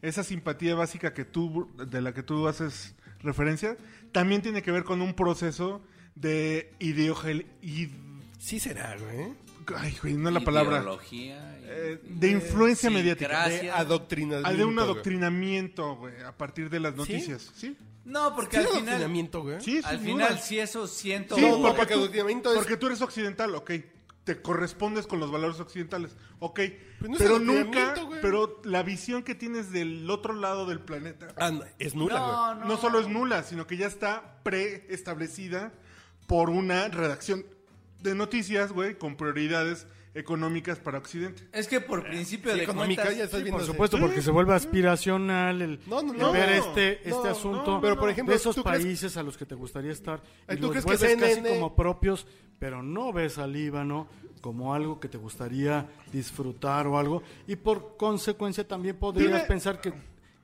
B: esa simpatía básica que tú, de la que tú haces referencia, también tiene que ver con un proceso de ideogel. id-
C: Sí será, güey.
B: Ay, güey, no es la palabra.
D: Ideología y-
B: Eh, de influencia mediática.
D: Gracias.
C: De Eh, adoctrinamiento.
B: Hay Ah, de un
C: güey.
B: adoctrinamiento, güey, a partir de las noticias. ¿Sí?
D: No, porque
C: Sí,
D: al final,
C: adoctrinamiento, güey.
B: Sí,
D: al
B: sin
D: final
B: duda.
D: si eso siento...
B: Sí,
C: No,
B: porque,
C: porque
B: tú,
C: adoctrinamiento es-
B: porque tú eres occidental, ok. Te correspondes con los valores occidentales, ok.
C: Pues no es
B: pero nunca,
C: adoctrinamiento, güey.
B: pero la visión que tienes del otro lado del planeta
C: Ah, no, es nula, güey.
D: No,
B: no,
D: no.
B: solo es nula, sino que ya está preestablecida por una redacción de noticias, güey, con prioridades económicas para Occidente.
D: Es que por principio
C: Sí,
D: de
C: económica,
D: cuentas...
C: ya estás
E: Sí,
C: viendo.
E: por supuesto, porque se vuelve aspiracional el,
C: Mm. No, no,
E: el
C: no.
E: ver este, este
C: No,
E: asunto
C: no, no, pero por ejemplo,
E: de esos
C: ¿tú crees-
E: países a los que te gustaría estar.
C: Ay,
E: Y
C: ¿tú
E: los
C: crees que E
E: vuelves casi
C: CNN?
E: como propios, pero no ves al Líbano como algo que te gustaría disfrutar o algo. Y por consecuencia también podrías
B: Dime-
E: pensar que,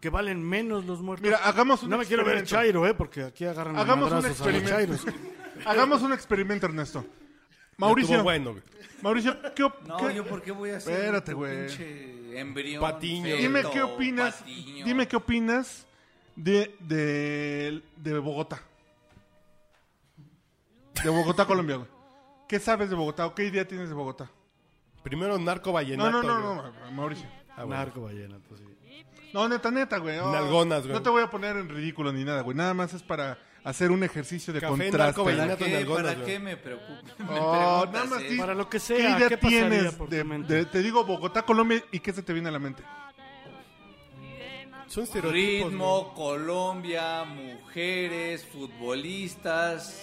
E: que valen menos los muertos.
B: Mira, hagamos un
E: No me quiero ver
B: experimento.
E: Chairo, ¿eh? porque aquí agarran a
B: Hagamos un
E: madrazos a los
B: experimento.
E: Chairos.
B: Hagamos un experimento, Ernesto. Mauricio,
C: Mauricio. Bueno, güey.
B: Mauricio, ¿qué, op-
D: No,
B: qué-
D: yo por qué voy a hacer
B: Espérate,
D: un
B: güey.
D: pinche embrión.
C: Patiño.
D: feto,
B: dime qué opinas,
D: patiño.
B: dime qué opinas de, de, de Bogotá. De Bogotá, Colombia, güey. ¿Qué sabes de Bogotá o qué idea tienes de Bogotá?
C: Primero narco
B: No,
C: vallenato.
B: no, no,
C: güey.
B: no, ma- Mauricio.
C: Ah, bueno.
E: Narco vallenato, sí.
B: No, neta, neta, güey. Oh,
C: Nalgonas, güey.
B: No te voy a poner en ridículo ni nada, güey. Nada más es para hacer un ejercicio de
C: Café, narco,
B: contraste. güey.
D: ¿Para
C: vallenato. en
D: qué,
C: algonas,
D: ¿Para
C: güey.
D: qué me preocupo? Me
B: Oh,
D: preguntas,
B: nada más
D: ¿eh?
B: di-
E: Para lo que
B: ¿Qué
E: sea,
B: idea
E: ¿qué pasaría
B: tienes?
E: por tu
B: de-
E: mente?
B: de- te digo Bogotá, Colombia, ¿y qué se te viene a la mente?
C: Son estereotipos. güey.
D: Ritmo, Colombia, mujeres, futbolistas.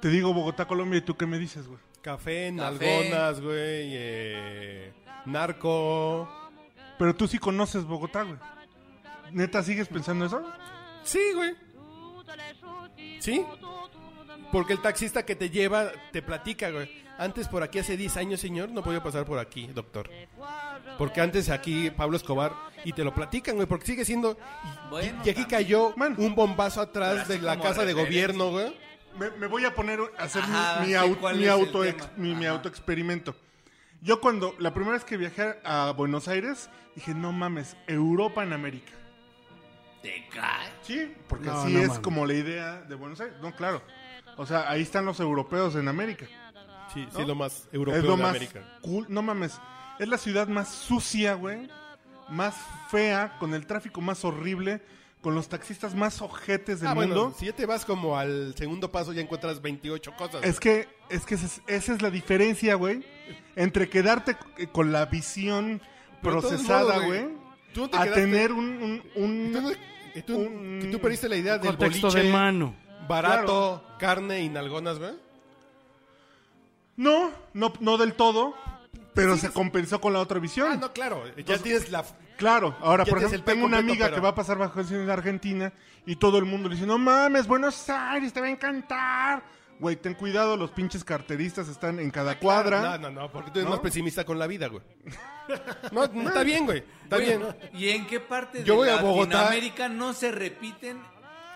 B: Te digo Bogotá, Colombia, ¿y tú qué me dices, güey?
C: Café,
D: Café.
C: nalgonas, güey. eh, narco.
B: Pero tú sí conoces Bogotá, güey. ¿Neta sigues pensando eso?
C: Sí, güey. ¿Sí? Porque el taxista que te lleva te platica, güey. Antes por aquí hace 10 años, señor, no podía pasar por aquí, doctor. Porque antes aquí Pablo Escobar y te lo platican, güey, porque sigue siendo y-
D: Bueno,
C: y, aquí
D: también.
C: cayó
B: Bueno.
C: un bombazo atrás
D: Pero
C: de
D: así
C: la
D: como
C: casa de
D: referencia.
C: gobierno, güey.
B: Me, me voy a poner a hacer mi-
D: Ajá,
B: mi,
D: sé
B: au-
D: cuál
B: mi
D: es el
B: auto
D: tema.
B: ex- mi, mi
D: Ajá.
B: autoexperimento. Yo cuando, la primera vez que viajé a Buenos Aires, dije, no mames, Europa en América.
D: ¿Te cae?
B: Sí, porque
E: No,
B: así
E: no
B: es
E: mames.
B: como la idea de Buenos Aires. No, claro. O sea, ahí están los europeos en América.
C: Sí, sí, lo más europeo
B: es lo
C: de
B: más
C: América.
B: cool. No mames. Es la ciudad más sucia, güey. Más fea, con el tráfico más horrible, con los taxistas más ojetes del
C: Ah,
B: mundo.
C: bueno, si ya te vas como al segundo paso ya encuentras 28 cosas.
B: Es que, es que esa es, esa es la diferencia, güey. Entre quedarte c- con la visión
C: Pero de todos
B: procesada,
C: modos, güey,
B: güey,
C: tú no te
B: a
C: quedaste-
B: tener un... un- un-
C: Entonces, que tú,
B: un-
C: que tú perdiste la idea del
E: Contexto
C: boliche
E: de mano.
C: barato, carne y nalgonas, güey.
B: No, no, no del todo, pero se compensó con la otra visión.
C: Ah, no, claro. Ya tienes la.
B: Claro, ahora,
C: Ya
B: por
C: tienes
B: ejemplo,
C: el pack
B: tengo una
C: completo,
B: amiga
C: pero-
B: que va a pasar bajo el cine de Argentina y todo el mundo le dice, no mames, Buenos Aires, te va a encantar. Güey, ten cuidado, los pinches carteristas están en cada cuadra.
C: Ah, No, no, no, porque tú eres
B: ¿No? Ah.
C: más pesimista con la vida, güey. No, no, está bien, güey. Está
D: Oye,
C: bien.
D: ¿Y en qué parte
C: Yo voy
D: de
C: a Bogotá.
D: Latinoamérica no se repiten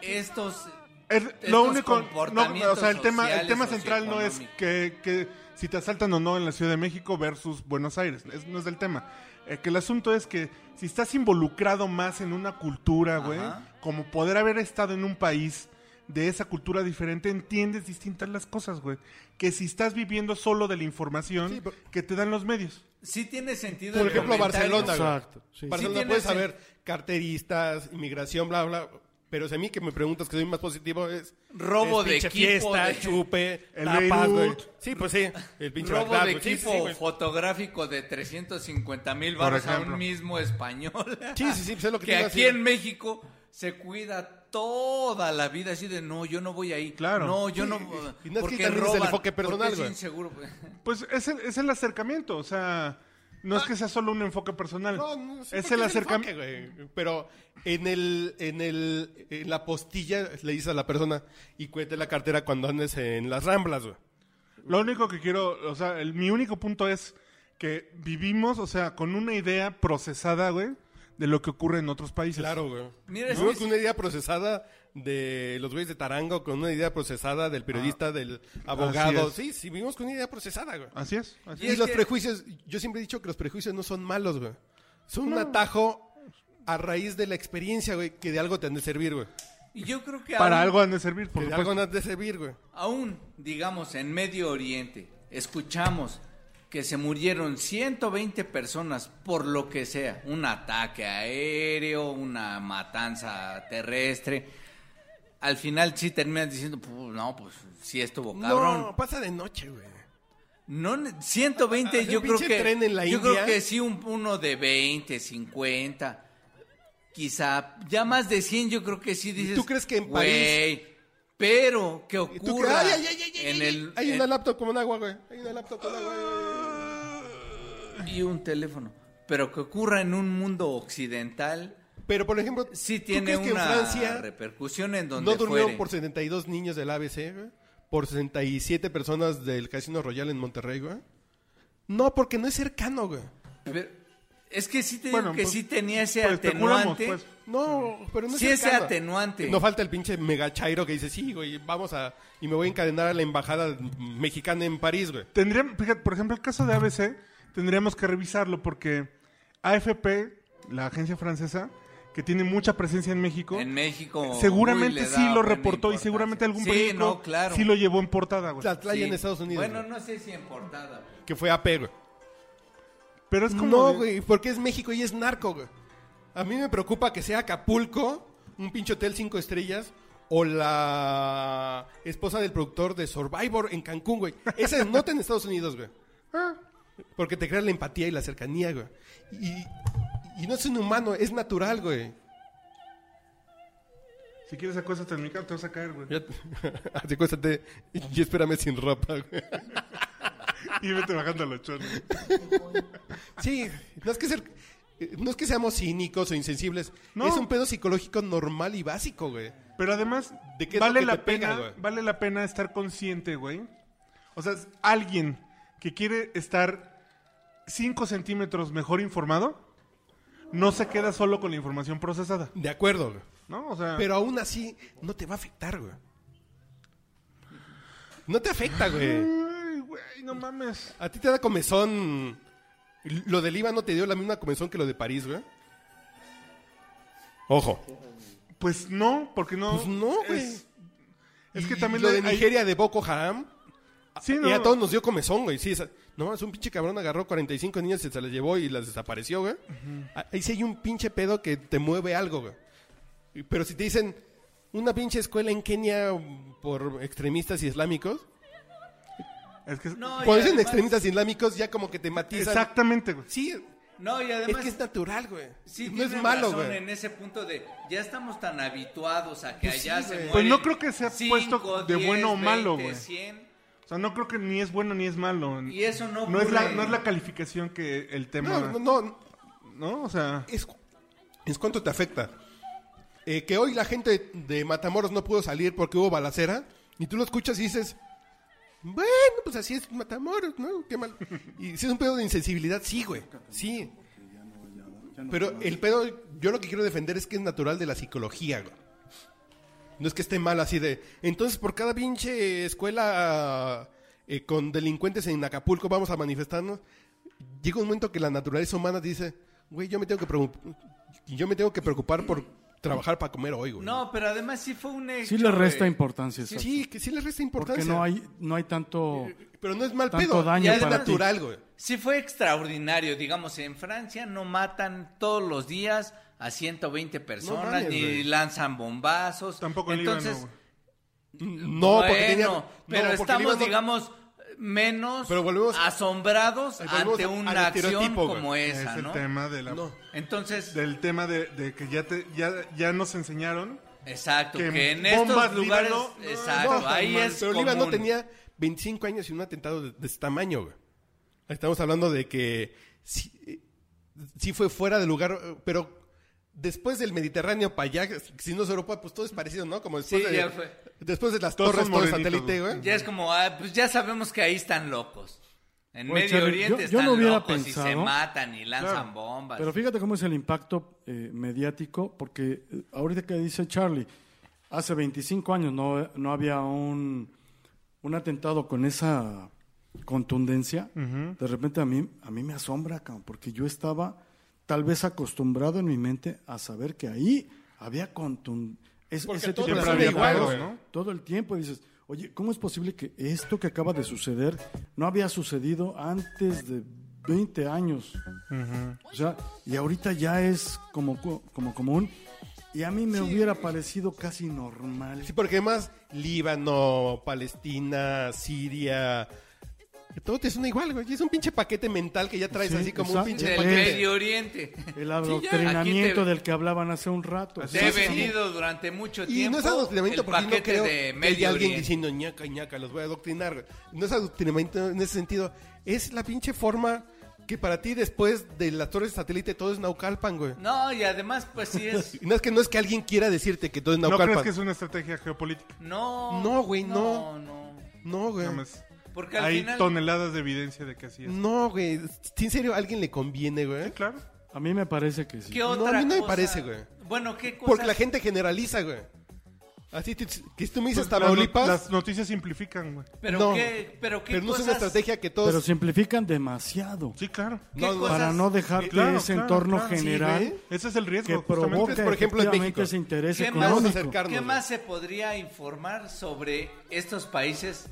D: estos...
B: Es lo
D: Estos
B: único, no, o
D: comportamientos
B: sea, el tema, el
D: sociales,
B: tema central no es
D: socioeconómicos.
B: que, que si te asaltan o no en la Ciudad de México versus Buenos Aires, Es- no es del tema. Eh, que el asunto es que si estás involucrado más en una cultura, güey,
D: Ajá.
B: como poder haber estado en un país de esa cultura diferente, entiendes distintas las cosas, güey. Que si estás viviendo solo de la información
C: Sí, pero-
B: que te dan los medios.
D: Sí tiene sentido
C: Por
D: el
C: ejemplo,
D: comentario.
C: Barcelona, güey.
E: Exacto. sí.
C: Barcelona
D: Sí
C: puedes
D: tienes-
C: saber carteristas, inmigración, bla, bla. Pero si a mí que me preguntas que soy más positivo es.
D: Robo
C: es
D: de
C: pinche
D: equipo, eh.
C: fiesta,
D: de-
C: chupe,
B: El
C: tapas,
B: Beirut.
C: güey. Sí, pues sí. El pinche
D: Robo
C: Bagdad,
D: de
C: güey. Sí, sí,
D: equipo
C: sí, güey.
D: fotográfico de 350 mil baros a
B: ejemplo.
D: un mismo español.
C: Sí, sí, sí, pues es lo que te iba a
D: aquí
C: decir.
D: en México se cuida toda la vida así de no, yo no voy ahí.
B: Claro.
D: No, yo
C: Sí,
D: no.
C: y- y no es que
D: porque
C: también es el
D: roban,
C: enfoque personal,
D: porque es
C: güey.
D: inseguro.
B: Pues es el, es el acercamiento, o sea, no es que sea solo un enfoque personal.
C: Ah. No, no sé
B: es
C: por
B: el
C: qué
B: acercamiento.
C: enfoque, güey. Pero en el, en el, en la postilla le dices a la persona y cuente la cartera cuando andes en las ramblas, güey.
B: Lo único que quiero, o sea, el- mi único punto es que vivimos, o sea, con una idea procesada, güey, de lo que ocurre en otros países.
C: Claro, güey.
D: Pues, Mira,
C: Yo
D: es-
C: creo
D: es-
C: que una idea procesada de los güeyes de Tarango, con una idea procesada del periodista, del abogado.
B: es.
C: Sí, sí, vivimos con una idea procesada, güey.
B: Así es. así
D: Y
C: Y,
B: es.
D: es
C: los
D: que-
C: prejuicios, yo siempre he dicho que los prejuicios no son malos, güey. Son un atajo a raíz de la experiencia, güey, que de algo te han de servir, güey.
D: Y yo creo que
B: Para
D: aún-
B: algo han de servir,
C: Que
B: por
C: de
B: supuesto.
C: algo no han de servir, güey.
D: aún, digamos, en Medio Oriente, escuchamos que se murieron 120 personas por lo que sea, un ataque aéreo, una matanza terrestre. Al final sí terminas diciendo, "Pu, no, pues sí estuvo
C: No,
D: cabrón.
C: pasa de noche, güey.
D: No, ne- 120
C: Hacer
D: yo creo
C: Ah, pinche
D: que
C: tren en la
D: yo
C: India.
D: creo que sí un, uno de 20, 50, quizá ya más de 100 yo creo que sí dices.
C: tú crees que en París-
D: "Güey, pero que
C: Y tú
D: ocurra
C: ay, ay, ay, ay, ay,
D: en
C: ay,
D: el
C: hay
D: Ah, en-
C: una laptop con agua, güey. Hay una laptop con agua. güey.
D: y un teléfono. Pero que ocurra en un mundo occidental
C: Pero, por ejemplo,
D: sí
C: ¿tú
D: tiene
C: crees que en
D: una
C: Francia
D: repercusión en donde
C: no durmieron
D: fuere.
C: por 72 niños del ABC, güey? por 67 personas del Casino Royal en Monterrey, güey? No, porque no es cercano, güey.
D: Pero es que sí te digo
B: Bueno,
D: que
B: pues,
D: sí tenía ese
B: pues, especulamos,
D: atenuante.
B: pues.
C: No, pero no es
D: Sí, ese
C: cercano.
D: atenuante.
C: No falta el pinche mega chairo que dice, sí, güey, vamos a... Y me voy a encadenar a la embajada mexicana en París, güey.
B: Tendríamos, fíjate, por ejemplo, el caso de ABC, tendríamos que revisarlo porque AFP, la agencia francesa, que tiene mucha presencia en México,
D: en México.
B: seguramente
D: uy, le da
B: sí lo
D: buena
B: reportó y
D: importancia.
B: seguramente algún
D: sí,
B: periódico
D: no, claro.
B: sí lo llevó en portada, güey.
C: La playa
D: Sí.
C: en Estados Unidos,
D: Bueno,
C: güey,
D: no sé si en portada. güey.
C: que fue AP, güey.
B: Pero es como...
C: No,
B: de-
C: güey, porque es México y es narco, güey. A mí me preocupa que sea Acapulco, un pinche hotel cinco estrellas, o la esposa del productor de Survivor en Cancún, güey. Esa es nota en Estados Unidos, güey. Porque te crea la empatía y la cercanía, güey. Y, y no es inhumano, es natural, güey.
B: Si quieres acuéstate en mi cama, te vas a caer, güey.
C: Ya- Así cuéstate y espérame sin ropa, güey.
B: Y vete bajando los chones.
C: Sí, no es que ser... No es que seamos cínicos o insensibles.
B: No.
C: Es un pedo psicológico normal y básico, güey.
B: Pero además,
C: ¿De qué es
B: vale
C: lo que
B: la
C: te pega,
B: pena,
C: güey?
B: vale la pena estar consciente, güey. O sea, es alguien que quiere estar 5 centímetros mejor informado, no se queda solo con la información procesada,
C: De acuerdo, güey.
B: ¿no? O sea,
C: Pero aún así, no te va a afectar, güey. No te afecta, güey.
B: ay, güey, no mames.
C: A ti te da comezón. Lo del IVA no te dio la misma comezón que lo de París, güey. Ojo.
B: Pues no, porque no.
C: Pues no, güey.
B: Es, es que
C: Y
B: también
C: lo
B: hay-
C: de Nigeria de Boko Haram.
B: hay- sí,
C: y
B: no.
C: a todos nos dio comezón, güey. Sí, esa- no, es un pinche cabrón agarró 45 niñas y se las llevó y las desapareció, güey. Ah, Ahí sí hay un pinche pedo que te mueve algo, güey. Y- Pero si te dicen una pinche escuela en Kenia por extremistas y islámicos,
B: Es que,
D: No, y
C: Cuando dicen
D: además-
C: extremistas islámicos, ya como que te matizan.
B: exactamente, güey.
C: Sí,
D: No, y
C: es
D: además.
C: que es natural, güey.
D: Sí,
C: no es
D: tienen
C: malo,
D: razón
C: güey.
D: en ese punto de ya estamos tan habituados a que
C: Pues sí,
D: allá se
C: güey.
D: mueren
C: Pues
B: no creo que sea
D: cinco,
B: puesto de
D: diez,
B: bueno o malo,
D: 20,
B: güey.
D: 100,
B: O sea, no creo que ni es bueno ni es malo.
D: Y eso no
B: no es la
D: ocurre.
B: No es la calificación que el tema.
C: No, no, no.
B: ¿no? O sea,
C: Es, es cuánto te afecta. Eh, que hoy la gente de Matamoros no pudo salir porque hubo balacera. Y tú lo escuchas y dices, bueno, pues así es Matamoros, ¿no? Qué mal. Y si es un pedo de insensibilidad, sí, güey. Sí. Pero el pedo, yo lo que quiero defender es que es natural de la psicología, güey. No es que esté mal así de. Entonces, por cada pinche escuela eh, con delincuentes en Acapulco vamos a manifestarnos. Llega un momento que la naturaleza humana dice, güey, yo me tengo que preocup- yo me tengo que preocupar por trabajar para comer hoy, güey.
D: No, pero además sí fue un hecho.
E: Sí le resta
D: güey.
E: importancia. exacto.
C: Sí, que sí le resta
E: Porque
C: importancia.
E: no hay, no hay tanto...
C: Pero no es mal
E: tanto
C: pedo.
E: daño
C: ya es
D: para ti.
C: natural, güey.
D: Sí fue extraordinario, digamos, en Francia no matan todos los días a 120 personas,
C: mames,
D: ni
C: güey.
D: lanzan bombazos.
B: tampoco el
D: Entonces,
B: Líbano, güey.
C: No, porque tenía-
D: bueno,
C: no,
D: pero
C: porque
D: estamos,
C: Líbano-
D: digamos, menos
C: Pero volvemos-
D: asombrados
C: Ahí volvemos
D: ante
C: al
D: una acción
C: estereotipo, güey.
D: como
B: Es
D: esa,
B: el
D: ¿no?
B: tema de la-
C: No.
D: Entonces,
B: del tema de, de que ya, te, ya, ya nos enseñaron.
D: exacto,
B: que
D: que, en
B: bombas
D: estos lugares,
B: Líbano, no,
D: exacto,
C: No,
D: ahí
C: mal.
D: es
C: Pero
D: común.
C: Líbano tenía 25 años y un atentado de, de ese tamaño, güey. Estamos hablando de que sí, eh, sí fue fuera de lugar, eh, pero después del Mediterráneo para allá, si no es Europa, pues todo es parecido, ¿no? Como después,
D: Sí,
C: de,
D: ya fue.
C: después de las
B: Todos
C: torres,
B: son
C: todo es
B: morenitos,
C: satélite,
B: güey.
C: güey.
D: Ya es como, ah, pues ya sabemos que ahí están locos. En
E: Oye,
D: Medio
E: Charlie,
D: Oriente
E: yo- yo
D: están
E: no hubiera
D: locos y se
E: pensado-
D: matan y lanzan bombas.
E: Pero fíjate cómo es el impacto eh, mediático, porque eh, ahorita que dice Charlie, hace 25 años no, no había un, un atentado con esa contundencia. De repente a mí, a mí me asombra, cabrón, porque yo estaba tal vez acostumbrado en mi mente a saber que ahí había contundencia.
C: Porque
E: ese
C: todo
E: tipo de
B: siempre había
E: atentados,
B: igual, güey, ¿no?
E: Todo el tiempo y dices, oye, ¿cómo es posible que esto que acaba de suceder no había sucedido antes de 20 años? O sea, y ahorita ya es como, co- como común. Y a mí me hubiera parecido casi normal.
C: Sí, porque además Líbano, Palestina, Siria, todo te suena igual, güey. Y Es un pinche paquete mental que ya traes
E: Sí,
C: así como
E: exacto.
C: un pinche
D: Del
E: Oye.
C: paquete.
D: Medio Oriente.
E: El
D: Aquí te-
E: adoctrinamiento del que hablaban hace un rato.
D: Te he
C: sí, sí.
D: vendido durante mucho
C: Y
D: tiempo
C: no es adoctrinamiento
D: el
C: porque yo no
D: paquete
C: creo
D: de
C: que haya
D: Medio
C: alguien
D: Oriente.
C: diciendo ñaca, ñaca, los voy a adoctrinar. güey. No es adoctrinamiento en ese sentido. Es la pinche forma que para ti después de las torres satélite todo es Naucalpan, güey.
D: No, y además, pues sí es.
C: Y No es que no es que alguien quiera decirte que todo es
B: ¿No
C: Naucalpan.
B: crees que es una estrategia geopolítica?
D: No.
C: No, güey, no.
D: No, no.
C: No, güey.
B: Nada más.
D: Porque al
B: Hay
D: final.
B: toneladas de evidencia de que así es.
C: No, güey. ¿Sí, ¿En serio a alguien le conviene, güey?
B: Claro.
E: A mí me parece que sí.
D: ¿Qué
C: No, a mí
D: otra
C: no me
D: cosa?
C: parece, güey.
D: Bueno, ¿qué cosa?
C: Porque la gente generaliza, güey. Así te- que tú me dices
B: Pues, Las no-
C: Tamaulipas,
B: Las noticias simplifican, güey.
D: Pero
C: No.
D: qué, pero qué
C: pero no es
D: cosas.
C: una estrategia que
E: Pero
C: todos...
E: simplifican demasiado
B: Sí, claro.
D: ¿Qué
C: No,
D: cosas?
E: para no dejarte
B: Claro,
E: ese
B: claro,
E: entorno
B: claro.
E: general
C: Sí, güey.
B: Ese es el
E: que
B: riesgo. justamente.
E: provoca
C: por ejemplo, en
E: efectivamente,
C: México.
E: ese interés
D: ¿Qué más?
E: económico.
C: Vamos a acercarnos.
D: ¿Qué
C: güey.
D: más se podría informar sobre estos países?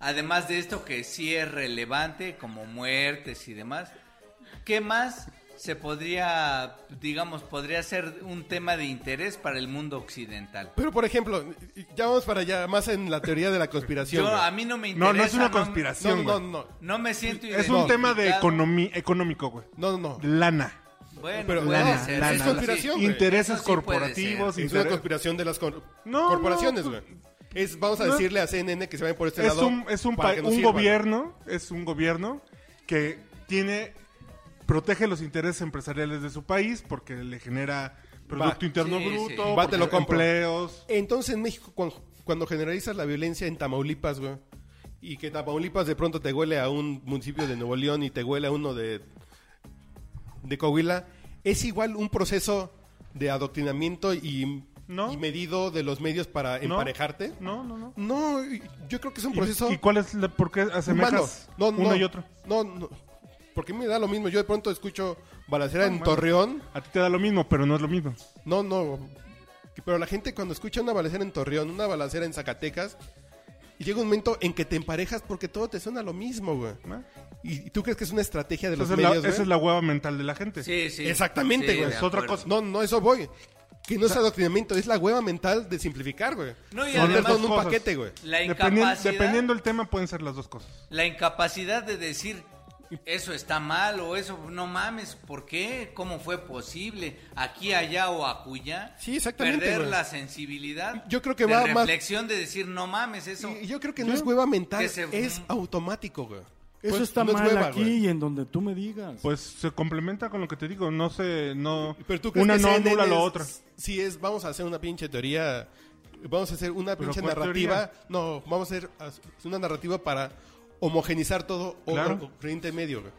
D: Además de esto que sí es relevante, como muertes y demás. ¿Qué más se podría, digamos, podría ser un tema de interés para el mundo occidental?
C: Pero, por ejemplo, ya vamos para allá, más en la teoría de la conspiración.
D: Yo,
C: güey.
D: a mí no me interesa.
B: No, no es una
D: me-
C: No,
B: conspiración,
C: no,
B: güey.
C: no,
D: No me siento
B: Es un
D: identificado.
B: tema de economi- económico, güey.
C: no, no, no.
B: Lana.
D: Bueno,
C: Pero
D: puede
C: lana,
D: ser,
C: lana,
D: eso
C: es conspiración.
D: sí.
C: güey.
B: Intereses
D: Eso sí puede
B: corporativos.
D: ser.
C: Es
B: interes-
C: una conspiración de las cor-
B: No,
C: corporaciones,
B: no, pues,
C: güey. Es, vamos a
B: no.
C: decirle a CNN que se vayan por este
B: es
C: lado.
B: un, es un,
C: para
B: pa-
C: que nos
B: un
C: sirvan.
B: gobierno, es un gobierno que tiene, protege los intereses empresariales de su país porque le genera Producto
C: Va.
B: Interno
D: Sí, sí.
B: Bruto,
D: Va,
B: porque
C: te lo compro.
B: empleos.
C: Entonces en México, cuan- cuando, generalizas la violencia en Tamaulipas, güey, y que Tamaulipas de pronto te huele a un municipio de Nuevo León y te huele a uno de, de Coahuila, es igual un proceso de adoctrinamiento y,
B: No.
C: y medido de los medios para
B: ¿no?
C: emparejarte.
B: No, no, no.
C: No, y- yo creo que es un
B: ¿Y-
C: proceso
B: ¿Y, cuál es la, por qué
C: humano.
B: asemejas
C: No, no,
B: uno y otro?
C: No, no, porque me da lo mismo. Yo de pronto escucho balacera en
B: Ah, bueno.
C: Torreón.
B: A ti te da lo mismo, pero no es lo mismo.
C: No, no. que- Pero la gente cuando escucha una balacera en Torreón, una balacera en Zacatecas, y llega un momento en que te emparejas porque todo te suena lo mismo, güey.
B: ¿no?
C: Y, y tú crees que es una estrategia de los
B: Esa, es la,
C: medios, güey.
B: esa es la hueva mental de la gente.
D: Sí, sí.
C: Exactamente,
D: Sí,
C: güey.
D: de
B: Es otra
D: acuerdo.
B: cosa.
C: No, no, eso voy. Que no es adoctrinamiento, es la hueva mental de simplificar, güey.
D: No, y
C: Poner
D: además-
C: todo en un
B: Cosas.
C: paquete, güey.
D: La
B: Dependien-
D: incapacidad.
B: dependiendo del tema pueden ser las dos cosas.
D: La incapacidad de decir eso está mal o eso no mames, ¿por qué? ¿Cómo fue posible? Aquí, allá o acuya.
C: Sí, exactamente,
D: Perder
C: güey.
D: la sensibilidad.
C: Yo creo que
D: de
C: va más-
D: reflexión de decir no mames eso.
C: Y yo creo que no es hueva mental,
D: que se-
C: es automático, güey.
E: Eso
C: Pues,
E: está
C: no es
E: mal
C: hueva,
E: aquí
C: güey.
E: y en donde tú me digas.
B: Pues se complementa con lo que te digo. No sé, no.
C: Pero tú crees
B: una
C: que
B: no
C: CNN
B: anula la
C: es-
B: otra.
C: Sí, es, vamos a hacer una pinche teoría. Vamos a hacer una
B: ¿Pero
C: pinche
B: cuál
C: narrativa. No, vamos a hacer as- una narrativa para homogenizar todo o-
B: Claro.
C: o Oriente Medio, güey.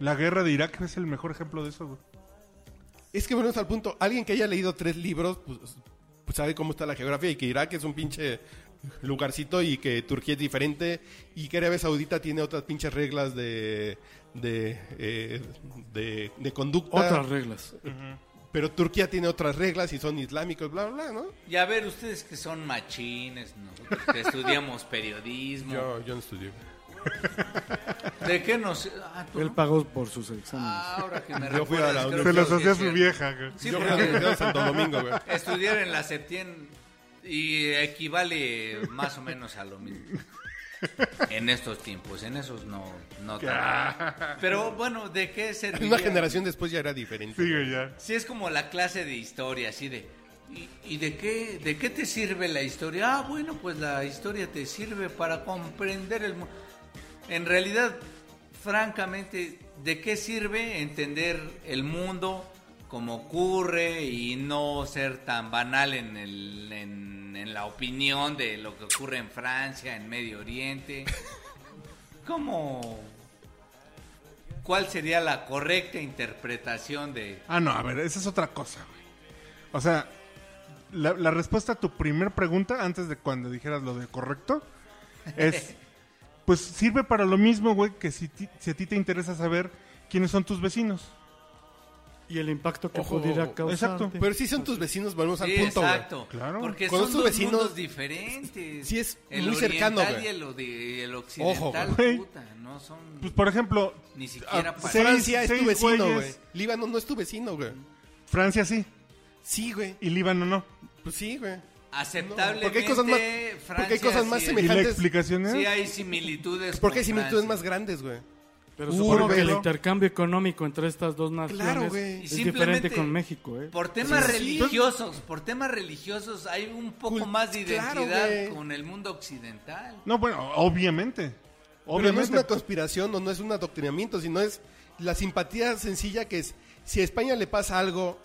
B: La guerra de Irak es el mejor ejemplo de eso, güey.
C: Es que volvemos al punto. Alguien que haya leído tres libros, pues, pues sabe cómo está la geografía y que Irak es un pinche lugarcito y que Turquía es diferente y que Arabia Saudita tiene otras pinches reglas de de, eh, de, de conducta.
E: Otras reglas.
C: Pero Turquía tiene otras reglas y son islámicos, bla, bla, bla, ¿no?
D: Y a ver, ustedes que son machines, nosotros que estudiamos periodismo.
C: Yo, yo no estudié.
D: ¿De qué nos.? Ah, tú
E: Él
D: no?
E: pagó por sus exámenes.
D: Ah, ahora que me
C: Yo fui a la
D: recuerdas,
C: uni.
D: creo
B: Se
D: que
B: las
D: lo
B: hacía a
D: decía.
B: su vieja, güey.
D: Sí,
C: Yo creo
D: porque-
C: que era Santo Domingo, güey.
D: Estudiar en la Septien y equivale más o menos a lo mismo. En estos tiempos, en esos no, no tanto. Pero bueno, ¿de qué serviría?
C: Una generación después ya era diferente.
B: Sí, güey, ya.
D: Sí, es como la clase de historia, así de... ¿Y, y de, qué, de qué te sirve la historia? Ah, bueno, pues la historia te sirve para comprender el mundo. En realidad, francamente, ¿de qué sirve entender el mundo como ocurre y no ser tan banal en, el- en- en la opinión de lo que ocurre en Francia, en Medio Oriente? ¿Cómo? ¿Cuál sería la correcta interpretación de...
B: Ah, no, a ver, esa es otra cosa, güey. O sea, la, la respuesta a tu primer pregunta, antes de cuando dijeras lo de correcto, es, pues sirve para lo mismo, güey, que si, ti- si a ti te interesa saber quiénes son tus vecinos.
E: Y el impacto que
C: Ojo,
E: pudiera
C: exacto.
E: causar.
C: Pero si son tus vecinos, volvemos al
D: Sí,
C: punto, güey.
D: exacto.
B: Claro.
D: Porque
C: Con
D: son
C: estos
D: dos
C: vecinos-
D: mundos diferentes.
C: Sí, es
D: el
C: muy cercano,
D: oriental
C: güey.
D: y el, o- de- y el occidental,
B: güey.
D: puta, no son
B: Pues, por ejemplo,
D: ni siquiera
B: ah,
D: para-
B: seis-
C: Francia es tu
B: seis
C: vecino, güey.
B: güeyes.
C: Líbano no es tu vecino, güey.
B: Francia sí,
C: Sí, güey.
B: y Líbano no.
C: Pues sí, güey.
D: aceptablemente.
C: porque hay cosas más- porque hay cosas más
D: sí,
B: ¿Y la
C: semejantes.
B: explicación es?
D: Sí hay similitudes.
C: Porque hay
D: con
C: similitudes más
D: Francia.
C: grandes, güey.
E: Pero
C: Uy,
E: supongo que el
C: velo.
E: intercambio económico entre estas dos naciones
C: Claro, güey.
D: Y
E: es
D: simplemente
E: diferente con México, ¿eh?
D: Por temas
C: Sí, sí.
D: religiosos, por temas religiosos hay un poco
C: Cul-
D: más de
C: claro,
D: identidad
C: güey.
D: con el mundo occidental.
B: No, bueno, obviamente.
C: Pero no es
B: Obviamente.
C: una conspiración o no es un adoctrinamiento, sino es la simpatía sencilla que es, si a España le pasa algo,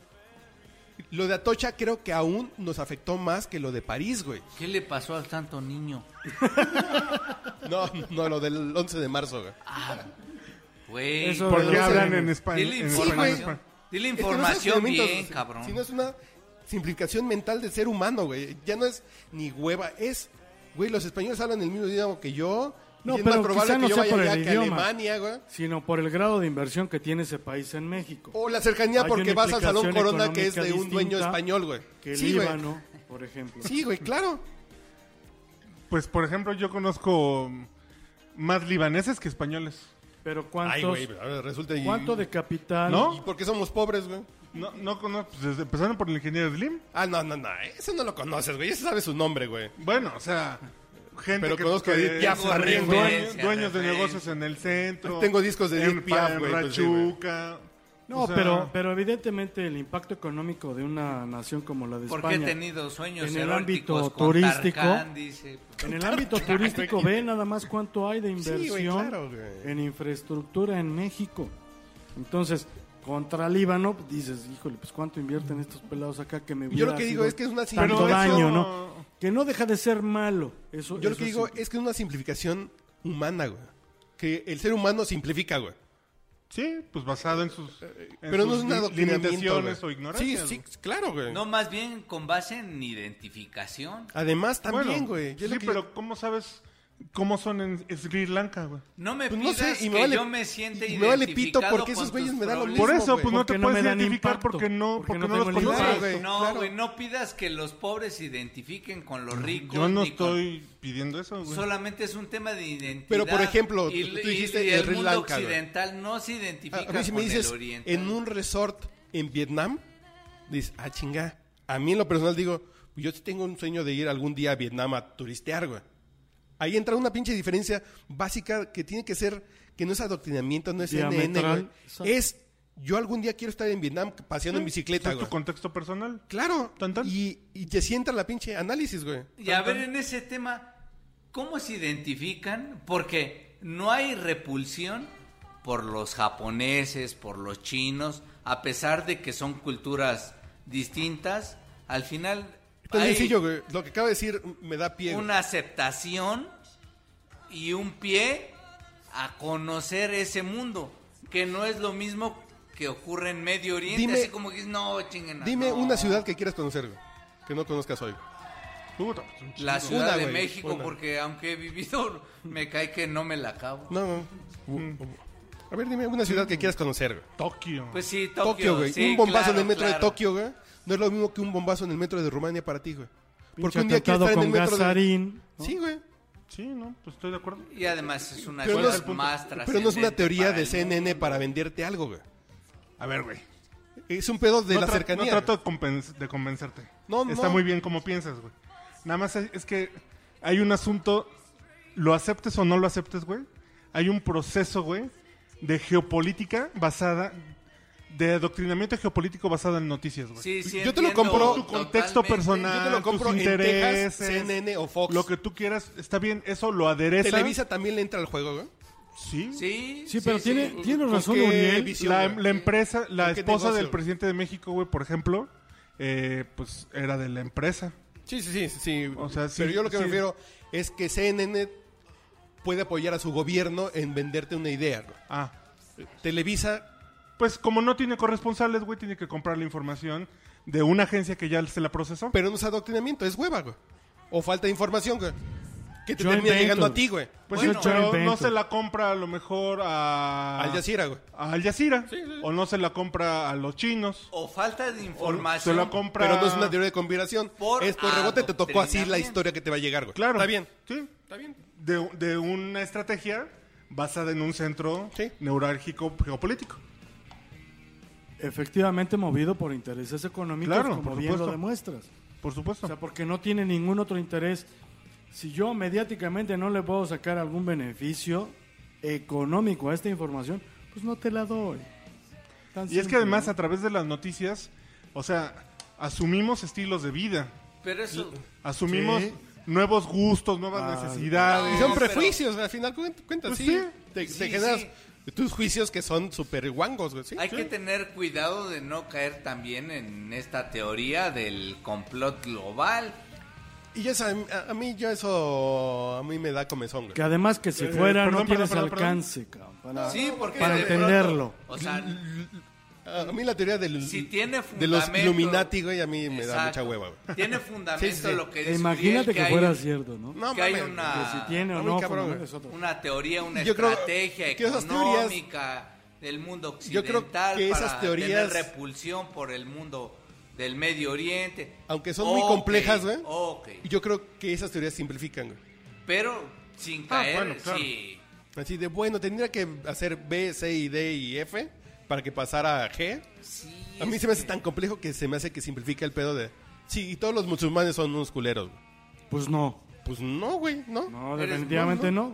C: lo de Atocha creo que aún nos afectó más que lo de París, güey.
D: ¿Qué le pasó al tanto niño?
C: No, no, lo del 11 de marzo, güey.
D: Güey.
E: Eso-
B: ¿Por
E: Pero
B: qué
E: no sé,
B: hablan
E: güey.
B: en España?
D: Dile
B: En
C: güey.
B: español.
D: información. Dile
C: Es que no son
D: información
C: elementos,
D: bien,
C: si-
D: cabrón.
C: Si no es una simplificación mental del ser humano, güey. Ya no es ni hueva, es, güey, los españoles hablan el mismo idioma que yo.
E: No,
C: y es
E: pero
C: más probable
E: quizá no
C: que yo
E: sea
C: vaya
E: por el
C: allá que a
E: idioma.
C: Alemania, güey.
E: sino por el grado de inversión que tiene ese país en México.
C: O la cercanía
E: Hay
C: porque
E: una
C: vas al Salón
E: implicación
C: Corona que es de
E: económica
C: un dueño
E: distinta
C: español, güey.
E: Que el
C: Sí, güey.
E: Líbano, por ejemplo.
C: Sí, güey, claro.
B: Pues, por ejemplo, yo conozco más libaneses que españoles.
E: Pero ¿cuántos,
C: pero resulta y-
E: ¿cuánto de capital?
B: ¿No?
C: ¿Y por qué somos pobres, güey?
B: No, no conozco, pues, desde- empezaron por el ingeniero Slim.
C: Ah, no, no, no, ese no lo conoces, güey, ese sabe su nombre, güey.
B: Bueno, o sea, gente
C: Pero
B: que,
C: conozco a
B: que-
C: Edith Piaf,
B: dueño-
C: también,
B: dueño-
D: referencia,
B: dueños de
D: referencia.
B: negocios en el centro.
C: Tengo discos de
B: en
C: Edith Piaf,
B: Pa-
C: güey,
B: en
C: pues sí, güey.
B: Rachuca.
E: No,
B: o sea,
E: pero, pero evidentemente el impacto económico de una nación como la de
D: Porque he
E: España.
D: tenido sueños
E: en el
D: eróticos
E: ámbito
D: con
E: turístico.
D: Tarkan, dice.
E: En el ámbito turístico, ve nada más cuánto hay de inversión
C: Sí, güey, claro, güey.
E: en infraestructura en México. Entonces, contra Líbano, pues, dices, híjole, pues cuánto invierten estos pelados acá que me
C: Yo lo
E: hubiera
C: que digo
E: sido
C: es que es una
E: tanto
B: Pero eso-
E: daño, ¿no? Que no deja de ser malo. Eso,
C: Yo lo
E: eso
C: que digo
E: sí.
C: es que es una simplificación humana, güey. Que el ser humano simplifica, güey.
B: Sí, pues basado en sus, en
C: Eh, Pero no
B: sus
C: es una
B: li-
C: adoctrinamiento,
B: limitaciones
C: güey.
B: o ignorancias.
C: Sí,
B: güey.
C: sí, claro, güey.
D: No, más bien con base en identificación.
C: Además, también,
B: Bueno,
C: güey. yo
B: Sí,
C: lo que-
B: pero ¿cómo sabes cómo son en Sri Lanka, güey?
D: No me
C: Pues no
D: pidas
C: sé, y me
D: que
C: vale-
D: yo me siente
C: y me vale
D: identificado
C: pito porque
D: con
C: esos güeyes
D: tus
C: me dan lo
D: problemas.
C: mismo,
B: Por eso,
C: güey.
B: pues no
E: Porque
B: te
E: no
B: puedes
E: me dan
B: identificar
E: impacto,
B: porque no,
E: porque
B: porque
E: no
B: no,
E: tengo
B: los
E: el
B: conoces.
C: impacto. güey,
D: No, Ah, no,
C: claro.
D: güey, no pidas que los pobres se identifiquen con los ricos.
B: Yo no
D: ni con-
B: estoy pidiendo eso, güey.
D: Solamente es un tema de identidad.
C: Pero, por ejemplo,
D: y,
C: tú- tú
D: y-
C: dijiste
D: y el
C: Sri
D: mundo
C: Lanka, güey.
D: occidental no se identifica
C: Ah, A mí si me
D: con
C: dices
D: el oriente.
C: en un resort en Vietnam, dices, ah, chinga. A mí en lo personal digo, yo sí tengo un sueño de ir algún día a Vietnam a turistear, güey. Ahí entra una pinche diferencia básica que tiene que ser, que no es adoctrinamiento, no es NN,
E: Diametral.
C: güey. Es, yo algún día quiero estar en Vietnam paseando en bicicleta,
B: Ese es
C: güey.
B: tu contexto personal.
C: Claro.
B: Tan, tan.
C: Y, y te sienta la pinche análisis, güey.
D: Y a ver, en ese tema, ¿cómo se identifican? Porque no hay repulsión por los japoneses, por los chinos, a pesar de que son culturas distintas. Al final
C: Tan
D: hay
C: sencillo, güey. Lo que acaba de decir me da pie. güey.
D: una aceptación y un pie a conocer ese mundo, que no es lo mismo que ocurre en Medio Oriente,
C: Dime-
D: así como que no, chinguen.
C: Dime
D: no.
C: una ciudad que quieras conocer, güey. Que no conozcas hoy.
B: Puta, pues, un ch-
D: La Ciudad de
C: güey,
D: México,
C: una.
D: porque aunque he vivido, me cae que no me la acabo.
C: No, no.
D: Mm.
C: Uh, A ver, dime una ciudad que quieras conocer, güey.
B: Tokio.
D: Pues sí, Mm. Tokio,
C: Tokio, güey.
D: sí,
C: un bombazo
D: claro,
C: en el metro de
D: claro.
C: Tokio, güey. No es lo mismo que un bombazo en el metro de Rumania para ti, güey.
E: Pinche
C: Porque un día quieres
E: atentado
C: estar en el
E: con
C: metro de...
E: Gazarín, ¿no?
C: Sí, güey.
B: Sí, no, pues estoy de acuerdo.
D: Y además es una
C: Pero no,
D: ciudad
C: es,
D: más
C: pero no es una
D: trascendente
C: teoría
D: para
C: de
D: el
C: CNN para venderte algo, güey.
B: A ver, güey.
C: Es un pedo de
B: no
C: la
B: tra-
C: cercanía.
B: No trato de, conven- de convencerte.
C: No,
B: Está
C: no.
B: muy bien como piensas, güey. Nada más es, es que hay un asunto, lo aceptes o no lo aceptes, güey. Hay un proceso, güey, de geopolítica basada, de adoctrinamiento geopolítico basado en noticias,
D: mundo.
B: güey.
D: Sí, sí,
C: Yo te lo
D: entiendo
C: compro-
B: Tu contexto
D: totalmente.
B: personal,
C: Yo te lo compro
B: tus
C: en Texas,
B: intereses,
C: CNN o Fox.
B: lo que tú quieras, está bien, eso lo adereza.
C: Televisa también le entra al juego, güey.
B: Sí.
D: Sí,
E: Sí, pero tiene,
D: sí.
E: tiene
C: ¿Con
E: razón
C: qué
E: Uriel.
C: visión?
B: la, em-
C: güey.
B: la empresa, la
C: ¿Con qué
B: esposa
C: negocio?
B: del presidente de México, güey, por ejemplo, eh, pues era de la empresa.
C: Sí, sí, sí, sí, sí.
B: O sea, sí,
C: Pero yo lo que me
B: sí.
C: refiero es que CNN puede apoyar a su gobierno en venderte una idea. güey.
B: Ah,
C: Televisa,
B: Pues como no tiene corresponsales, güey, tiene que comprar la información de una agencia que ya se la procesó.
C: pero no es adoctrinamiento, es hueva, güey. O falta de información, güey. Que te
E: Joint
C: termina llegando a
E: venture.
C: ti, güey.
B: pues
D: bueno,
B: sí, pero
E: Joint
B: no
E: venture.
B: se la compra a lo mejor a
C: Al Jazeera, güey.
B: a Al Jazeera. O no se la compra a los chinos.
D: O falta de
B: O
D: información.
B: se la compra...
C: Pero no es una teoría de conspiración.
D: Por
C: es por rebote, te tocó así la
D: adoctrinamiento.
C: historia que te va a llegar, güey.
B: Claro.
C: Está bien.
B: Sí.
C: Está bien.
B: De, de una estrategia basada en un centro
C: Sí.
B: neurálgico geopolítico.
E: Efectivamente movido por intereses económicos,
B: Claro,
E: como
B: por
E: bien lo
B: supuesto.
E: demuestras.
B: Por supuesto.
E: O sea, porque no tiene ningún otro interés. Si yo mediáticamente no le puedo sacar algún beneficio económico a esta información, pues no te la doy. Tan
B: y es que
E: simple,
B: además
E: ¿no?
B: a través de las noticias, o sea, asumimos estilos de vida.
D: Pero eso...
B: Asumimos
E: Sí.
B: nuevos gustos, nuevas
E: Ah,
B: necesidades.
C: Y son
D: No,
C: prejuicios, al final cuen- cuentas,
B: Pues
C: sí.
B: sí.
C: Te, te
D: Sí,
C: generas
D: sí.
C: Tus juicios que son súper guangos, güey. Sí,
D: Hay
C: sí.
D: que tener cuidado de no caer también en esta teoría del complot global.
C: Y ya saben, a, a mí ya eso a mí me da comezón, güey.
E: Que además que si
B: Eh,
E: fuera
B: perdón,
E: no tienes
B: perdón, perdón,
E: alcance, cabrón, para-
D: Sí, porque
E: para
D: de pronto,
E: entenderlo.
D: o sea,
C: A a mí la teoría del,
D: Si tiene
C: de los
D: fundamento.
C: Illuminati, güey, a mí me da
D: Exacto.
C: mucha hueva, güey.
D: Tiene fundamento
C: Sí, sí.
D: lo que dice
E: Imagínate
D: Uriel,
E: que
D: hay
E: fuera
D: un-
E: cierto, ¿no?
C: No
D: que hay
C: mames,
D: una-
E: Que si tiene o
C: Está muy
E: no,
C: cabrón,
E: fue-
C: güey.
E: es otro.
D: una teoría, una
C: Yo creo
D: estrategia
C: que esas teorías-
D: económica del mundo
C: Yo
D: occidental
C: creo que esas
D: para
C: teorías-
D: tener repulsión por el mundo del Medio Oriente.
C: Aunque son muy
D: Ok,
C: complejas, güey.
D: ok.
C: Yo creo que esas teorías simplifican, güey.
D: Pero
E: Ah,
D: sin caer,
B: bueno, claro.
D: sí.
C: Así de, bueno, tendría que hacer B, C, y D y F para que pasara a G.
D: Sí,
C: A mí
D: es
C: se me hace
D: que-
C: tan complejo que se me hace que simplifica el pedo de... Sí, y todos los musulmanes son unos culeros, güey.
E: Pues no.
C: Pues no, güey, ¿no?
E: No,
D: Eres
E: definitivamente no.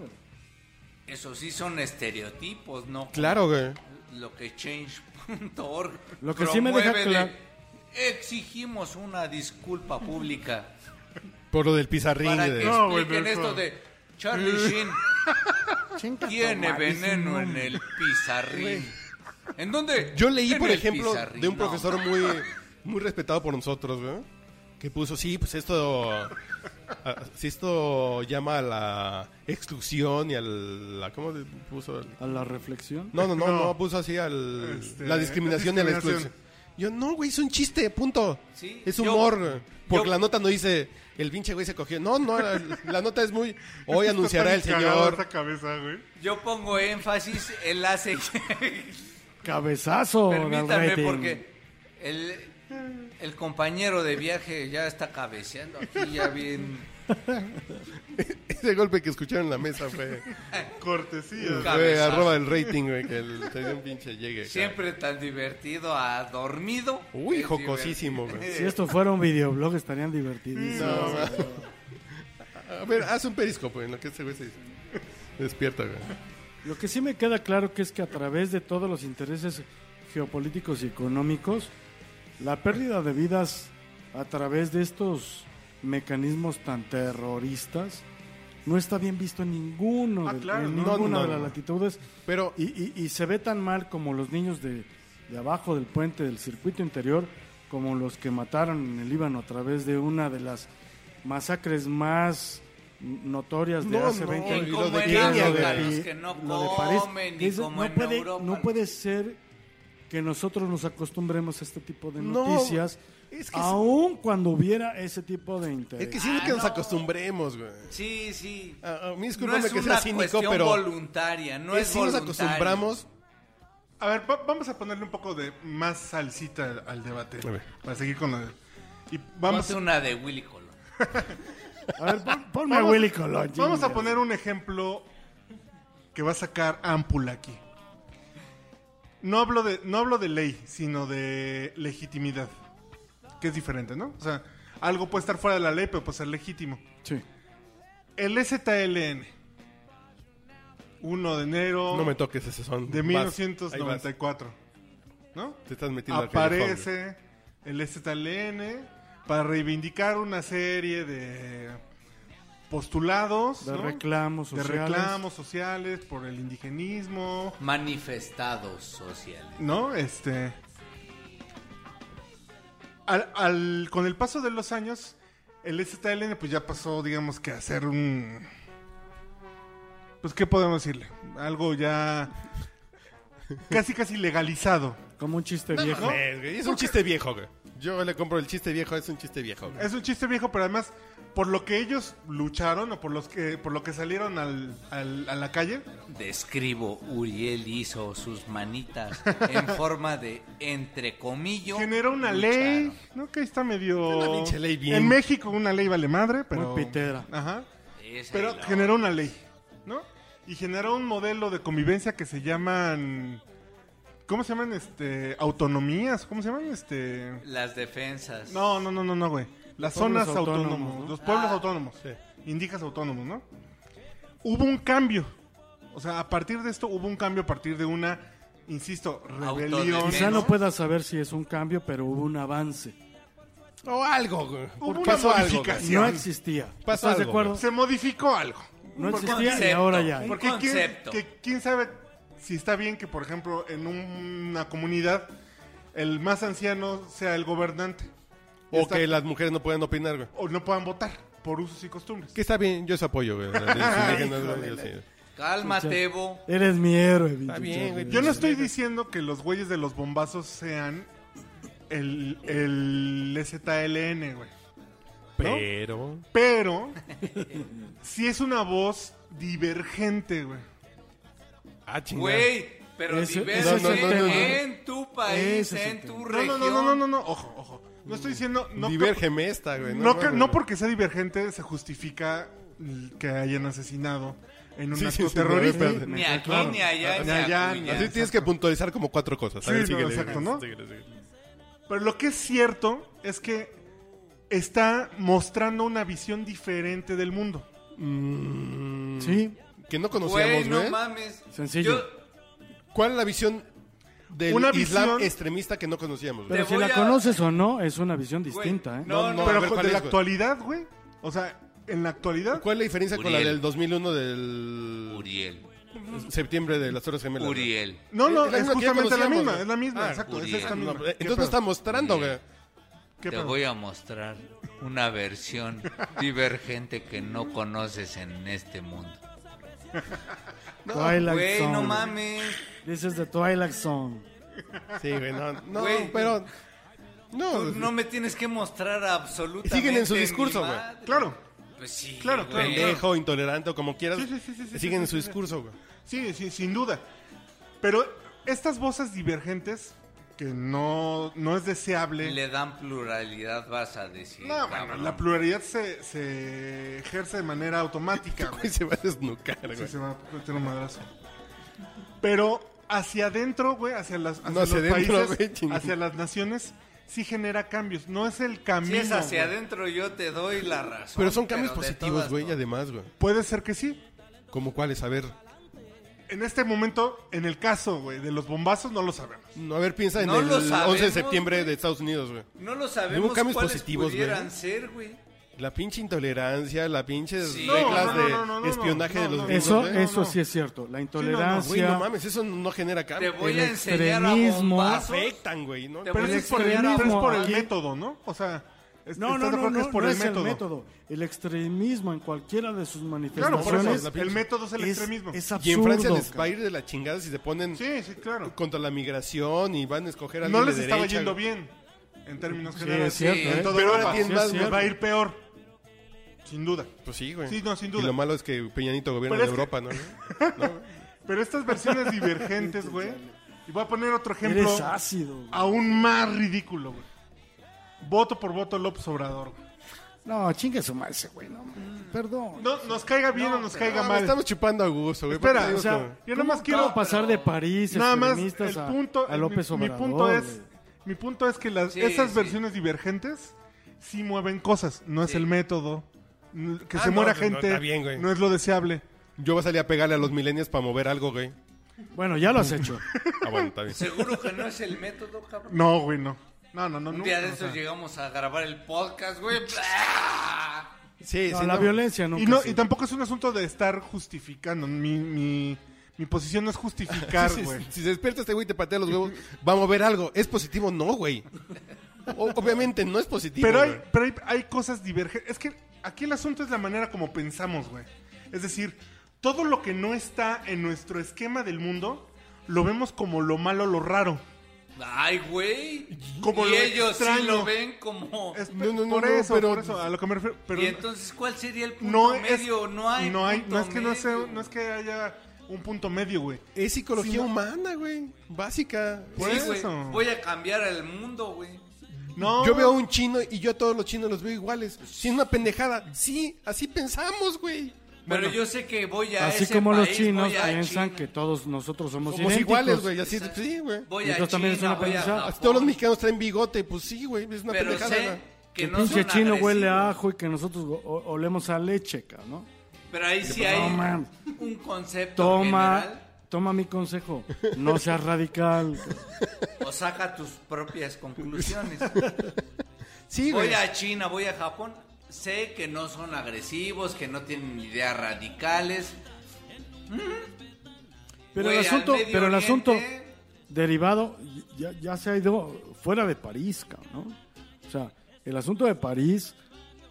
D: Eso sí son estereotipos, ¿no?
C: Claro, güey.
D: Lo que Change.org
E: Lo que sí me deja
D: promueve de,
E: claro-
D: Exigimos una disculpa pública
C: Por lo del pizarrín.
D: para
C: y
D: que
C: de-
B: No, güey,
D: expliquen
B: pero
D: esto
B: eso-
D: de Charlie Sheen
E: Chinga
D: tiene
E: tu madre,
D: veneno
E: sí,
D: en
E: no.
D: el pizarrín. ¿En dónde?
C: Yo leí,
D: En
C: por
D: el
C: ejemplo,
D: pizarrín,
C: de un
D: no.
C: profesor muy, muy respetado por nosotros, güey, que puso, sí, pues esto, ah, si esto llama a la exclusión y a la, ¿cómo le puso?
E: A la reflexión.
C: No, no, no, no,
B: No.
C: puso así al,
B: Este,
C: la discriminación y a la
B: discriminación.
C: exclusión. Yo, no, güey, es un chiste, punto.
D: Sí,
C: es
D: yo-
C: humor, güey. porque
D: yo-
C: la nota no dice, el pinche güey se cogió. No, no, la, la nota es muy, hoy
B: Está
C: anunciará
B: tan
C: el
B: cagado
C: señor.
B: esta cabeza, güey.
D: Yo pongo énfasis en la siguiente.
E: Cabezazo. del
D: Permítanme
E: rating.
D: porque el, el compañero de viaje ya está cabeceando aquí, ya bien
C: Ese golpe que escucharon en la mesa fue,
B: Cortesía.
D: Ca-
C: fue
D: Cabezazo.
C: arroba el rating, güey, que el, te dio un pinche llegue. cabrón.
D: siempre tan divertido, ha dormido.
C: Uy,
D: Es
C: jocosísimo,
D: divertido.
E: Si esto fuera un videoblog estarían divertidísimos.
C: No, ma. a ver, haz un periscopo en lo que este güey se despierta, güey.
E: Lo que sí me queda claro que es que a través de todos los intereses geopolíticos y económicos, la pérdida de vidas a través de estos mecanismos tan terroristas no está bien visto en ninguno
B: Ah,
E: de,
B: claro,
E: en
B: no,
E: ninguna
C: no,
E: de las
C: no.
E: latitudes
C: Pero
E: y, y- y se ve tan mal como los niños de, de abajo del puente del circuito interior, como los que mataron en el Líbano a través de una de las masacres más notorias de
C: No,
E: hace
C: no,
E: 20
C: y
E: años.
C: lo de
E: Lo
D: Pues
E: de
C: Kenia,
E: Pi-
C: güey.
D: Los que no
E: lo de París.
D: comen, y
E: Dices,
D: como en
E: no, puede,
D: Europa.
E: no puede ser que nosotros nos acostumbremos a este tipo de
C: No,
E: noticias,
C: es que es-
E: aun cuando hubiera ese tipo de interés.
C: es que sí es
D: Ah,
C: que nos
D: no.
C: acostumbremos, güey.
D: Sí, sí.
C: A, a Ah, mí
D: No
C: discúlpame
D: es
C: que
D: una
C: sea cínico,
D: cuestión
C: pero
D: voluntaria, no es
C: sí nos
D: voluntario.
C: acostumbramos.
B: A ver, va- vamos a ponerle un poco de más salsita al, al debate.
C: A ver.
B: Para seguir con la... Y
D: Vamos
B: vamos,
D: a una de Willy Colón.
E: A ver, pon- ponme
B: vamos,
E: a Willy Colón.
B: vamos a
E: chinga.
B: poner un ejemplo que va a sacar Ampul aquí. No hablo, de, no hablo de ley, sino de legitimidad. Que es diferente, ¿no? O sea, algo puede estar fuera de la ley, pero puede ser legítimo.
E: Sí.
B: El STLN. 1 de enero
C: No me toques ese son.
B: de
C: Vas, ahí
B: 1994. ¿No?
C: vas. Te estás metiendo al callejón,
B: aparece el STLN para reivindicar una serie de postulados,
E: De
B: ¿no?
E: reclamos
B: De
E: sociales.
B: reclamos sociales por el indigenismo,
D: Manifestados sociales.
B: ¿no? Este al, al- con el paso de los años el STLN pues ya pasó, digamos que a ser un pues qué podemos decirle, algo ya casi casi legalizado.
E: Como un chiste
C: güey.
E: viejo.
C: No mames, güey, Es un chiste viejo, güey. Yo le compro el chiste viejo, es un chiste viejo. güey.
B: Es un chiste viejo, pero además, por lo que ellos lucharon o por los que, por lo que salieron al, al- a la calle,
D: Describo, Uriel hizo sus manitas en forma de entrecomillo.
B: generó una
D: lucharon.
B: ley, ¿no? Que está medio.
C: Una pinche ley bien.
B: En México una ley vale madre, pero.
E: Muy pitera.
B: Ajá.
D: Esa
B: Pero
D: y la
B: generó una ley, ¿no? Y generó un modelo de convivencia que se llaman. ¿Cómo se llaman? Este. Autonomías. ¿Cómo se llaman? Este.
D: otra. Las defensas.
B: No, no, no, no, no, güey. Las
E: Pueblos
B: zonas autónomos,
E: autónomos, ¿no?
B: los pueblos
D: Ah.
B: autónomos, indígenas autónomos, ¿no? Hubo un cambio. O sea, a partir de esto hubo un cambio a partir de una, insisto, rebelión.
E: Quizá
D: ¿no?
E: no pueda saber si es un cambio, pero hubo un avance.
C: O algo, güey.
B: Hubo una
C: Pasó algo. güey.
B: modificación.
E: No existía.
C: Pasó
E: ¿Estás de
C: algo,
E: acuerdo?
B: Se modificó algo.
E: No
D: Un
E: existía y
D: concepto,
E: ahora ya. ¿eh?
D: un
B: Porque quién,
D: concepto.
B: que quién sabe si está bien que, por ejemplo, en un- una comunidad el más anciano sea el gobernante.
C: O
B: Está-
C: que las mujeres no puedan opinar, güey.
B: o no puedan votar por usos y costumbres.
C: Que está bien, yo se apoyo, güey. Las indígenas, güey, yo sí.
D: Cálmate, Evo.
E: Eres mi héroe,
C: Está
E: pinche
C: bien, güey.
B: Yo no estoy diciendo que los güeyes de los bombazos sean el, el ZLN, güey.
C: Pero.
B: Pero si es una voz divergente, güey.
C: Ah, chingada.
D: Güey, pero
E: Ese-
D: diverso
C: ese es el tema.
D: en tu país,
E: Ese es el
D: en
E: tema.
D: tu
B: No, no,
D: región.
B: no, no, no, no, no, ojo, ojo. No estoy diciendo... No,
C: Divérgeme esta, güey.
B: no, que-
C: mames,
B: no
C: güey.
B: porque sea divergente se justifica l- que hayan asesinado en un
C: Sí, sí,
B: acto
C: sí,
B: terrorista.
C: sí.
D: Ni aquí,
E: Claro.
D: ni allá,
B: Ni
D: ni
B: allá,
D: acuña.
B: así
C: Así tienes que puntualizar como cuatro cosas. A
B: Sí,
C: ver,
B: no,
C: síguele, güey.
B: exacto, ¿no?
C: Síguele, síguele.
B: Pero lo que es cierto es que está mostrando una visión diferente del mundo.
C: Mm,
E: Sí,
C: Que no
D: Güey,
C: conocíamos,
D: no
C: güey.
D: mames.
E: Sencillo.
D: Yo
C: ¿Cuál es la visión del
B: Una
C: Islam
B: visión-
C: extremista que no conocíamos, güey?
E: pero
D: Te
E: si
D: voy
E: la
D: a-
E: conoces o no, es una visión distinta, ¿eh?
D: Güey, no,
C: No,
D: no,
C: no.
B: Pero
C: a ver,
B: con-
C: ¿cuál
B: de
C: es,
B: la
C: güey?
B: actualidad, güey. O sea, en la actualidad.
C: ¿Cuál es la diferencia con la
D: Uriel.
C: del 2001 del
D: Uriel,
C: septiembre de las Torres Gemelas? güey?
D: Uriel.
B: No, no,
C: Es Eh, la
B: es
C: misma que ya
B: justamente la
C: conocíamos,
B: misma,
C: güey.
B: es la misma,
C: Ah,
B: exacto, es
D: Uriel.
B: esta misma.
C: No,
B: ¿Qué
C: entonces no
B: pedo?
C: está mostrando, güey.
B: ¿Qué
D: Te
B: pedo?
D: voy a mostrar una versión divergente que no conoces en este mundo. No,
E: Twilight
D: güey, no
E: Zone.
D: mames.
E: This is the Twilight Zone.
C: Sí, güey, no, no,
D: Güey.
C: pero... No,
D: Tú no me tienes que mostrar absolutamente.
C: Siguen en su
D: ni
C: discurso, güey.
D: madre.
B: Claro,
D: Pues sí,
B: Claro,
D: güey.
C: pendejo, intolerante o como quieras.
B: Sí, sí, sí, sí, sí,
C: siguen
B: sí,
C: en su
B: sí, sí.
C: discurso, güey.
B: sí, sí, sin duda. Pero estas voces divergentes que no, no es deseable.
D: Le dan pluralidad, vas a decir.
B: No, bueno,
D: cabrón.
B: la pluralidad se, se ejerce de manera automática, güey.
C: Güey, se va a desnucar, güey.
B: Sí, se va a meter un madrazo. Pero hacia adentro, güey, hacia las hacia
C: No, hacia
B: los
C: adentro,
B: países,
C: güey, chingón.
B: hacia las naciones, sí genera cambios. No es el camino.
D: Si es hacia
B: güey.
D: adentro, yo te doy la razón.
C: Pero son cambios
D: de
C: positivos,
D: todas
C: güey, y
D: formas.
C: además, güey.
B: Puede ser que sí.
C: ¿Como cuáles? A ver.
B: En este momento, en el caso, güey, de los bombazos, no lo sabemos.
C: No, a ver, piensa en
D: No
C: el
D: lo sabemos,
C: 11 de septiembre
D: güey.
C: de Estados Unidos, güey.
D: No lo sabemos
C: Hubo cambios
D: cuáles
C: positivos, güey.
D: pudieran ser, güey.
C: La pinche intolerancia, la pinches
D: Sí.
C: reglas
B: No, no,
C: de
B: no, no, no,
C: espionaje
B: no,
C: de los
B: no,
E: Eso,
C: gringos, güey.
E: eso
B: no.
E: sí es cierto. La
B: no,
C: Güey,
E: intolerancia.
C: no mames, eso no genera
D: Te
C: cambio.
D: voy
E: El
D: a enseñar a
E: extremismo.
D: bombazos.
C: Afectan, güey, ¿no?
D: Te
B: Pero ese
D: voy a
B: es por el,
D: extrañar a
B: pero es por el
E: aquí.
B: método, ¿no? O sea, es,
E: no,
B: ¿estás
E: no,
B: de
E: no,
B: acuerdo que
E: no,
B: es por
E: no
B: el
E: es
B: método.
E: el método. El extremismo en cualquiera de sus
B: Claro,
E: manifestaciones.
B: por eso,
C: la
B: el
C: pinche-
B: método es el
E: es-
B: extremismo.
E: Es
C: Y
E: absurdo.
C: en Francia les va a
E: cabrón.
C: ir de la chingada si se ponen
B: Sí, sí, claro.
C: contra la migración y van a escoger a
B: No
C: alguien
B: les
C: de
B: estaba
C: derecha,
B: yendo
C: güey.
B: bien, en términos
E: Sí,
B: generales.
E: es cierto,
D: Sí,
E: ¿eh?
B: en todo
C: Pero ahora
B: Europa.
C: tienen
E: Sí,
C: más,
E: es
C: güey.
E: cierto.
B: va a ir peor. Sin duda.
C: Pues sí, güey.
B: Sí, no, sin duda.
C: Y lo malo es que Peña Nieto gobierna en
B: Pero es
C: Europa, ¿no?
B: Pero estas versiones divergentes, güey. Y voy a poner otro ejemplo
E: Eres ácido. güey.
B: aún más ridículo, güey. Voto por voto López Obrador. güey.
E: No, chingue su madre ese güey. No, perdón.
B: No, nos caiga bien o nos caiga
C: No,
B: mal.
C: estamos chupando a gusto, güey.
B: Espera,
C: Porque
B: o
C: digo
B: sea, yo nomás
E: Quiero
B: quiero
E: pasar de París
B: nada más
E: extremistas
B: el
E: a-
B: punto
E: a, López
B: mi, mi
E: Obrador.
B: punto es
E: güey.
B: mi punto es que las
D: Sí,
B: esas
D: sí.
B: versiones divergentes sí mueven cosas, no es
D: Sí.
B: el método. n- Que
C: Ah,
B: se
C: no,
B: muera
C: no, no,
B: gente
C: está bien, güey.
B: no es lo deseable.
C: que yo voy a salir a pegarle a los millennials para mover algo, güey.
E: Bueno, ya lo has hecho.
C: Ah, bueno, está bien.
D: Seguro que no es el método, cabrón.
B: No, güey, no. No, no, no,
D: Un
B: nunca,
D: día de
B: o
D: estos
B: sea.
D: llegamos a grabar el podcast, güey. ¡Bla!
C: Sí,
E: No,
C: sí,
E: la
C: no.
E: violencia nunca.
B: Y, no,
E: se-
B: y tampoco es un asunto de estar justificando. Mi, mi, mi posición no es justificar,
C: Sí, sí,
B: güey.
C: sí. si se despierta este güey y te patea los huevos, va a mover algo. ¿Es positivo? No, güey. O- obviamente no es positivo.
B: Pero, hay,
C: güey.
B: pero hay, hay cosas divergentes. Es que aquí el asunto es la manera como pensamos, güey. Es decir, todo lo que no está en nuestro esquema del mundo, lo vemos como lo malo, lo raro.
D: Ay, güey.
B: Como
D: y
B: lo
D: ellos
B: extraño.
D: sí lo ven como.
B: Es-
C: No, no, no,
B: por
C: no,
B: eso,
C: pero-
B: por eso, a lo que me refiero. Pero
D: y entonces, ¿cuál sería el punto
B: no es,
D: medio? no hay.
B: no hay-
D: punto
B: no es que no, sea-
D: medio.
B: no es que haya un punto medio, güey.
C: Es psicología
B: Sí, no.
C: humana, güey. Básica.
B: Por
D: Sí, güey,
B: eso.
D: Voy a cambiar el mundo, güey.
B: No,
C: Yo veo a un chino y yo a todos los chinos los veo iguales. Si es una pendejada. Sí, así pensamos, güey.
D: Pero yo sé que voy a.
E: Así
D: ese
E: como los
D: país,
E: chinos
D: voy a
E: piensan
D: China,
E: que todos nosotros somos,
C: Somos
E: idénticos.
C: iguales, güey. Así, sí, güey.
D: Voy a.
E: Entonces también es
D: China,
E: una
D: voy a
E: pendejada.
D: Japón,
C: Así todos los mexicanos traen bigote. Pues sí, güey. Es una
D: Pero
C: pendejada.
D: sé
C: güey.
D: que
E: el
D: no
E: pinche
D: son
E: chino huele a
D: agresivos.
E: ajo y que nosotros go- o- olemos a leche, cabrón. ¿no?
D: Pero ahí sí
E: No,
D: hay
E: man.
D: un concepto
E: Toma,
D: general.
E: toma mi consejo. No seas radical.
D: O saca tus propias conclusiones.
C: Sí, güey.
D: Voy a China, voy a Japón. Sé que no son agresivos, que no tienen ideas radicales.
E: Pero
D: Güey, al
E: el asunto,
D: Medio
E: pero el
D: Oriente-
E: asunto derivado ya, ya se ha ido fuera de París, cabrón, ¿no? O sea, el asunto de París,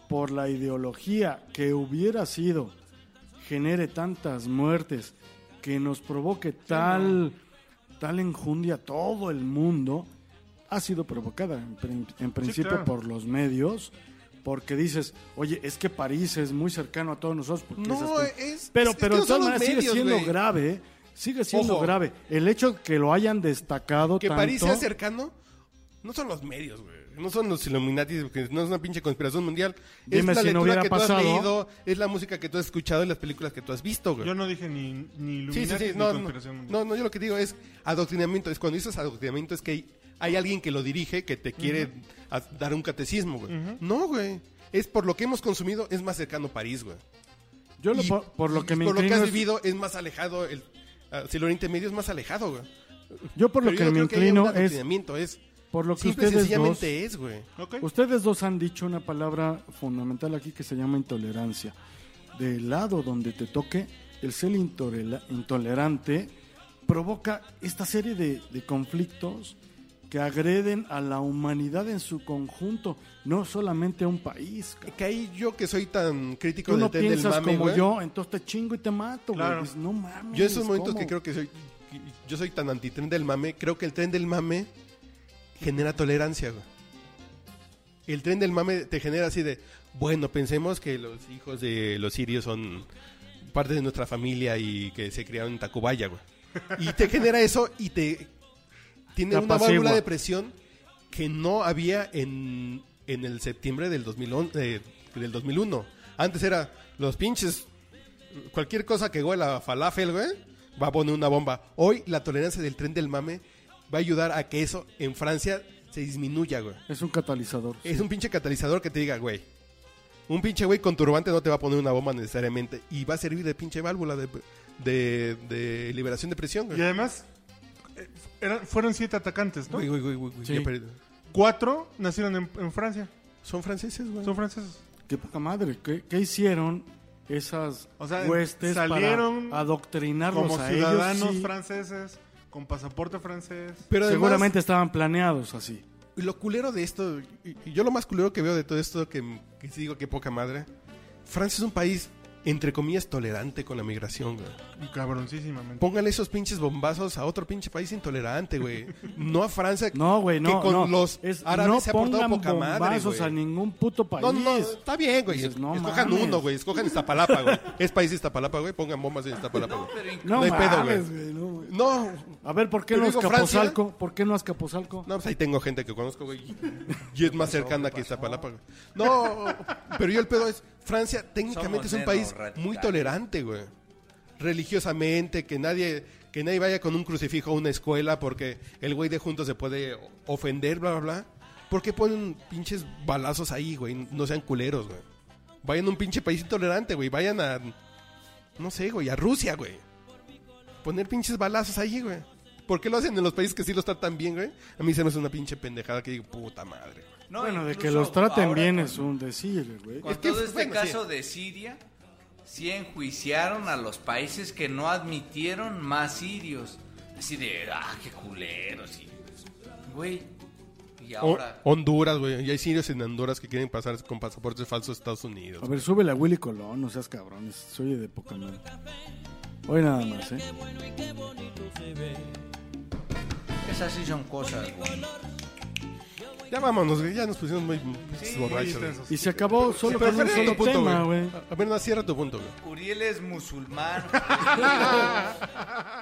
E: por la ideología que hubiera sido, genere tantas muertes, que nos provoque tal, tal enjundia a todo el mundo, ha sido provocada en, prin- en principio
B: claro.
E: por los medios. Porque dices, oye, es que París es muy cercano a todos nosotros. porque esas
C: No,
E: cosas-
C: es.
E: pero,
C: es que
E: pero de
C: no son los
E: todas maneras sigue
C: medios,
E: siendo
C: güey.
E: grave, sigue siendo
C: Ojo.
E: grave. El hecho que lo hayan destacado
C: Que
E: tanto,
C: París sea cercano, no son los medios, güey. No son los Illuminati, porque no es una pinche conspiración mundial.
E: Dime
C: es la
E: si no
C: lectura
E: hubiera
C: que tú
E: pasado.
C: has leído, es la música que tú has escuchado y las películas que tú has visto, güey.
B: Yo no dije ni, ni
C: sí, sí,
B: Illuminati
C: sí.
B: ni
C: No, no,
B: conspiración mundial.
C: no, no, yo lo que digo es adoctrinamiento. Es cuando dices adoctrinamiento es que hay, hay alguien que lo dirige que te quiere a- dar un catecismo, güey. No, güey. Es por lo que hemos consumido, es más cercano París, güey.
E: yo lo-
C: Y-
E: por, por lo
C: y
E: que me
C: por lo que
E: inclino
C: has
E: es-
C: vivido es más alejado el ah, si el Oriente Medio es más alejado güey
E: yo por lo
C: Pero
E: que
C: yo no creo haya un
E: me inclino es
C: adoctrinamiento, es
E: por lo que
C: simple y
E: ustedes dos,
C: sencillamente es güey
B: Ok.
E: ustedes dos han dicho una palabra fundamental aquí que se llama intolerancia. Del lado donde te toque, el ser intolera- intolerante provoca esta serie de, de conflictos que agreden a la humanidad en su conjunto, no solamente a un país. cabrón.
C: que ahí yo que soy tan crítico
E: tú
C: del
E: no
C: tren del
E: piensas
C: mame
E: como
C: güey,
E: yo, entonces te chingo y te mato, güey.
B: Claro.
E: Dices, No mames.
C: yo en esos momentos que
E: ¿cómo?
C: creo que soy yo soy tan antitren del mame creo que el tren del mame genera tolerancia güey el tren del mame te genera así de bueno pensemos que los hijos de los sirios son parte de nuestra familia y que se criaron en Tacubaya güey y te genera eso y te tiene
E: Te
C: una válvula
E: apacigua.
C: de presión que no había en, en el septiembre del 2011, eh, del 2001. Antes era los pinches, cualquier cosa que huela a falafel, güey, va a poner una bomba. Hoy la tolerancia del tren del mame va a ayudar a que eso en Francia se disminuya, güey.
E: Es un catalizador.
C: Es un pinche catalizador que te diga, güey. Un pinche güey con turbante no te va a poner una bomba necesariamente. Y va a servir de pinche válvula de, de- de liberación de presión, güey.
B: Y además, eh, eran- fueron siete atacantes, ¿no?
C: Güey, güey, güey, güey, güey,
A: Sí.
C: ya perdí.
B: Cuatro nacieron en, en Francia.
C: Son franceses, güey.
B: Son franceses.
E: Qué poca madre. ¿Qué, qué hicieron esas
B: O sea,
E: huestes
B: salieron
E: para adoctrinarlos
B: Como
E: a
B: ciudadanos
E: ellos? Sí.
B: franceses, con pasaporte francés.
C: Pero además,
E: Seguramente estaban planeados así.
C: lo culero de esto, y- y yo lo más culero que veo de todo esto, que, que sí digo que poca madre, Francia es un país, entre comillas, tolerante con la migración, güey.
B: Cabroncísimamente.
C: Póngale esos pinches bombazos a otro pinche país intolerante, güey. No a Francia,
E: No, güey, no.
C: que con
E: no.
C: los
E: Es-
C: árabes
E: no
C: se ha portado
E: pongan
C: poca madre,
E: bombazos
C: güey.
E: a ningún puto país.
C: No, no, está bien, güey.
E: Dices, no
C: Escojan
E: mames.
C: uno, güey. Escojan Iztapalapa, güey. Es país Iztapalapa, güey. Pongan bombas en Iztapalapa, güey.
D: Pero incluso
E: No
C: No hay pedo,
E: mames,
C: güey.
E: güey, no.
C: No,
E: A ver, ¿por qué
C: Yo
E: no
C: digo
E: Azcapotzalco? ¿Por qué no Azcapotzalco?
C: No, pues ahí tengo gente que conozco, güey. Y es más cercana que Iztapalapa, güey. No, pero yo el pedo es, Francia técnicamente
D: Somos
C: es un
D: menos
C: país
D: radicales.
C: muy tolerante, güey. Religiosamente, que nadie, que nadie vaya con un crucifijo a una escuela porque el güey de juntos se puede ofender, bla, bla, bla. ¿Por qué ponen pinches balazos ahí, güey? No sean culeros, güey. Vayan a un pinche país intolerante, güey. Vayan a, no sé, güey, a Rusia, güey poner pinches balazos ahí, güey. ¿Por qué lo hacen en los países que sí los tratan bien, güey? A mí se me hace una pinche pendejada que digo, puta madre, güey.
D: No,
E: bueno, de que
D: incluso
E: los traten
D: ahora
E: bien
D: con-
E: es un decir, güey.
D: Con
C: Es que,
D: todo este
C: bueno,
D: caso de Siria, sí enjuiciaron a los países que no admitieron más sirios. Así de, ah, qué culeros. Y, güey, y ahora...
C: Hon- Honduras, güey. Y hay sirios en Honduras que quieren pasar con pasaportes falsos a Estados Unidos.
E: A ver, súbele a Willy Colón, no seas cabrones. Soy de poca madre. Hoy nada más, ¿eh?
D: Esas sí son cosas, güey.
C: Ya vámonos, güey. Ya nos pusimos muy pinches
B: Muy
C: borrachos. güey.
B: intensos.
E: Y se acabó solo con un
C: Prefiero
E: solo
C: tu punto,
E: tema,
C: güey.
E: güey.
C: A- A ver, no, cierra tu punto, güey.
D: Uriel es musulmán.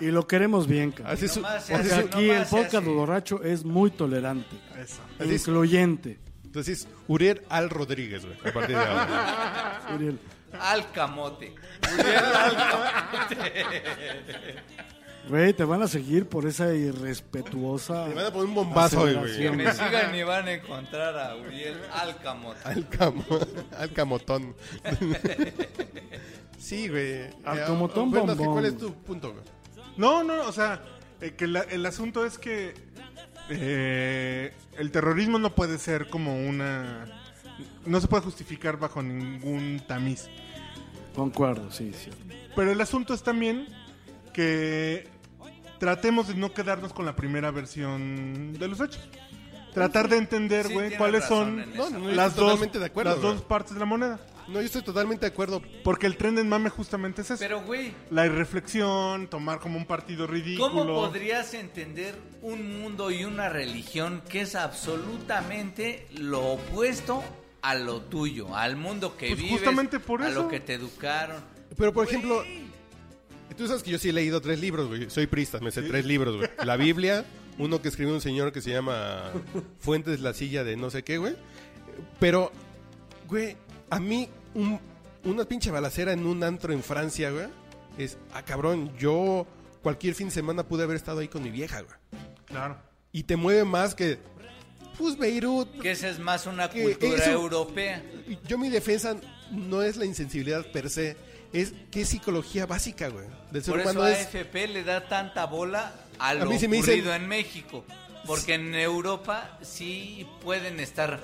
E: Y lo queremos bien, cabrón.
C: Así es, así
D: nomás se
E: Porque
C: es-
D: hace-
E: aquí
D: nomás
E: el
D: se
E: podcast
D: hace.
E: borracho es muy tolerante,
B: Eso.
C: Así es.
E: incluyente.
C: así es Uriel Al Rodríguez, güey. A partir de ahora.
E: Uriel.
D: Al camote.
E: Güey, te van a seguir por esa irrespetuosa.
C: Me van a poner un bombazo, güey.
D: Que
E: aceleración,
D: me sigan y van a encontrar a Uriel al camote.
C: Al, camo, al camotón. sí, güey.
E: Al
C: Ya,
E: camotón
C: bueno, es que
E: bombón.
C: ¿Cuál es tu punto, güey?
B: No, no, o sea, eh, que la- el asunto es que eh, el terrorismo no puede ser como una... No se puede justificar bajo ningún tamiz.
E: Concuerdo, sí, sí.
B: Pero el asunto es también que tratemos de no quedarnos con la primera versión de los hechos. Tratar de entender,
D: Sí,
B: güey,
D: tiene
B: cuáles
D: razón
B: son
D: en eso.
C: No, no, yo
B: las,
C: estoy
B: dos,
C: totalmente de acuerdo,
B: las
C: güey.
B: dos partes de la moneda.
C: No, yo estoy totalmente de acuerdo.
B: Porque el tren en mame justamente es eso.
D: Pero, güey,
B: la irreflexión, tomar como un partido ridículo.
D: ¿cómo podrías entender un mundo y una religión que es absolutamente lo opuesto a lo tuyo, al mundo que
B: Pues
D: vives,
B: justamente por
D: a
B: eso.
D: lo que te educaron?
C: Pero, por ejemplo, tú sabes que yo sí he leído tres libros, güey. Soy prista, me sé tres libros, güey. La Biblia, uno que escribió un señor que se llama Fuentes La Silla de no sé qué, güey. Pero, güey, a mí un- una pinche balacera en un antro en Francia, güey, es, ah, cabrón, yo cualquier fin de semana pude haber estado ahí con mi vieja, güey.
B: Claro.
C: Y te mueve más que, pues, Beirut,
D: Que esa es más una
C: Que
D: cultura
C: eso-
D: europea.
C: Yo mi defensa no es la insensibilidad per se, es que es psicología básica, güey. Del ser
D: Por eso
C: humano
D: a
C: es...
D: AFP le da tanta bola a lo
C: mí sí me
D: ocurrido
C: dicen-
D: en México. Porque en Europa sí pueden estar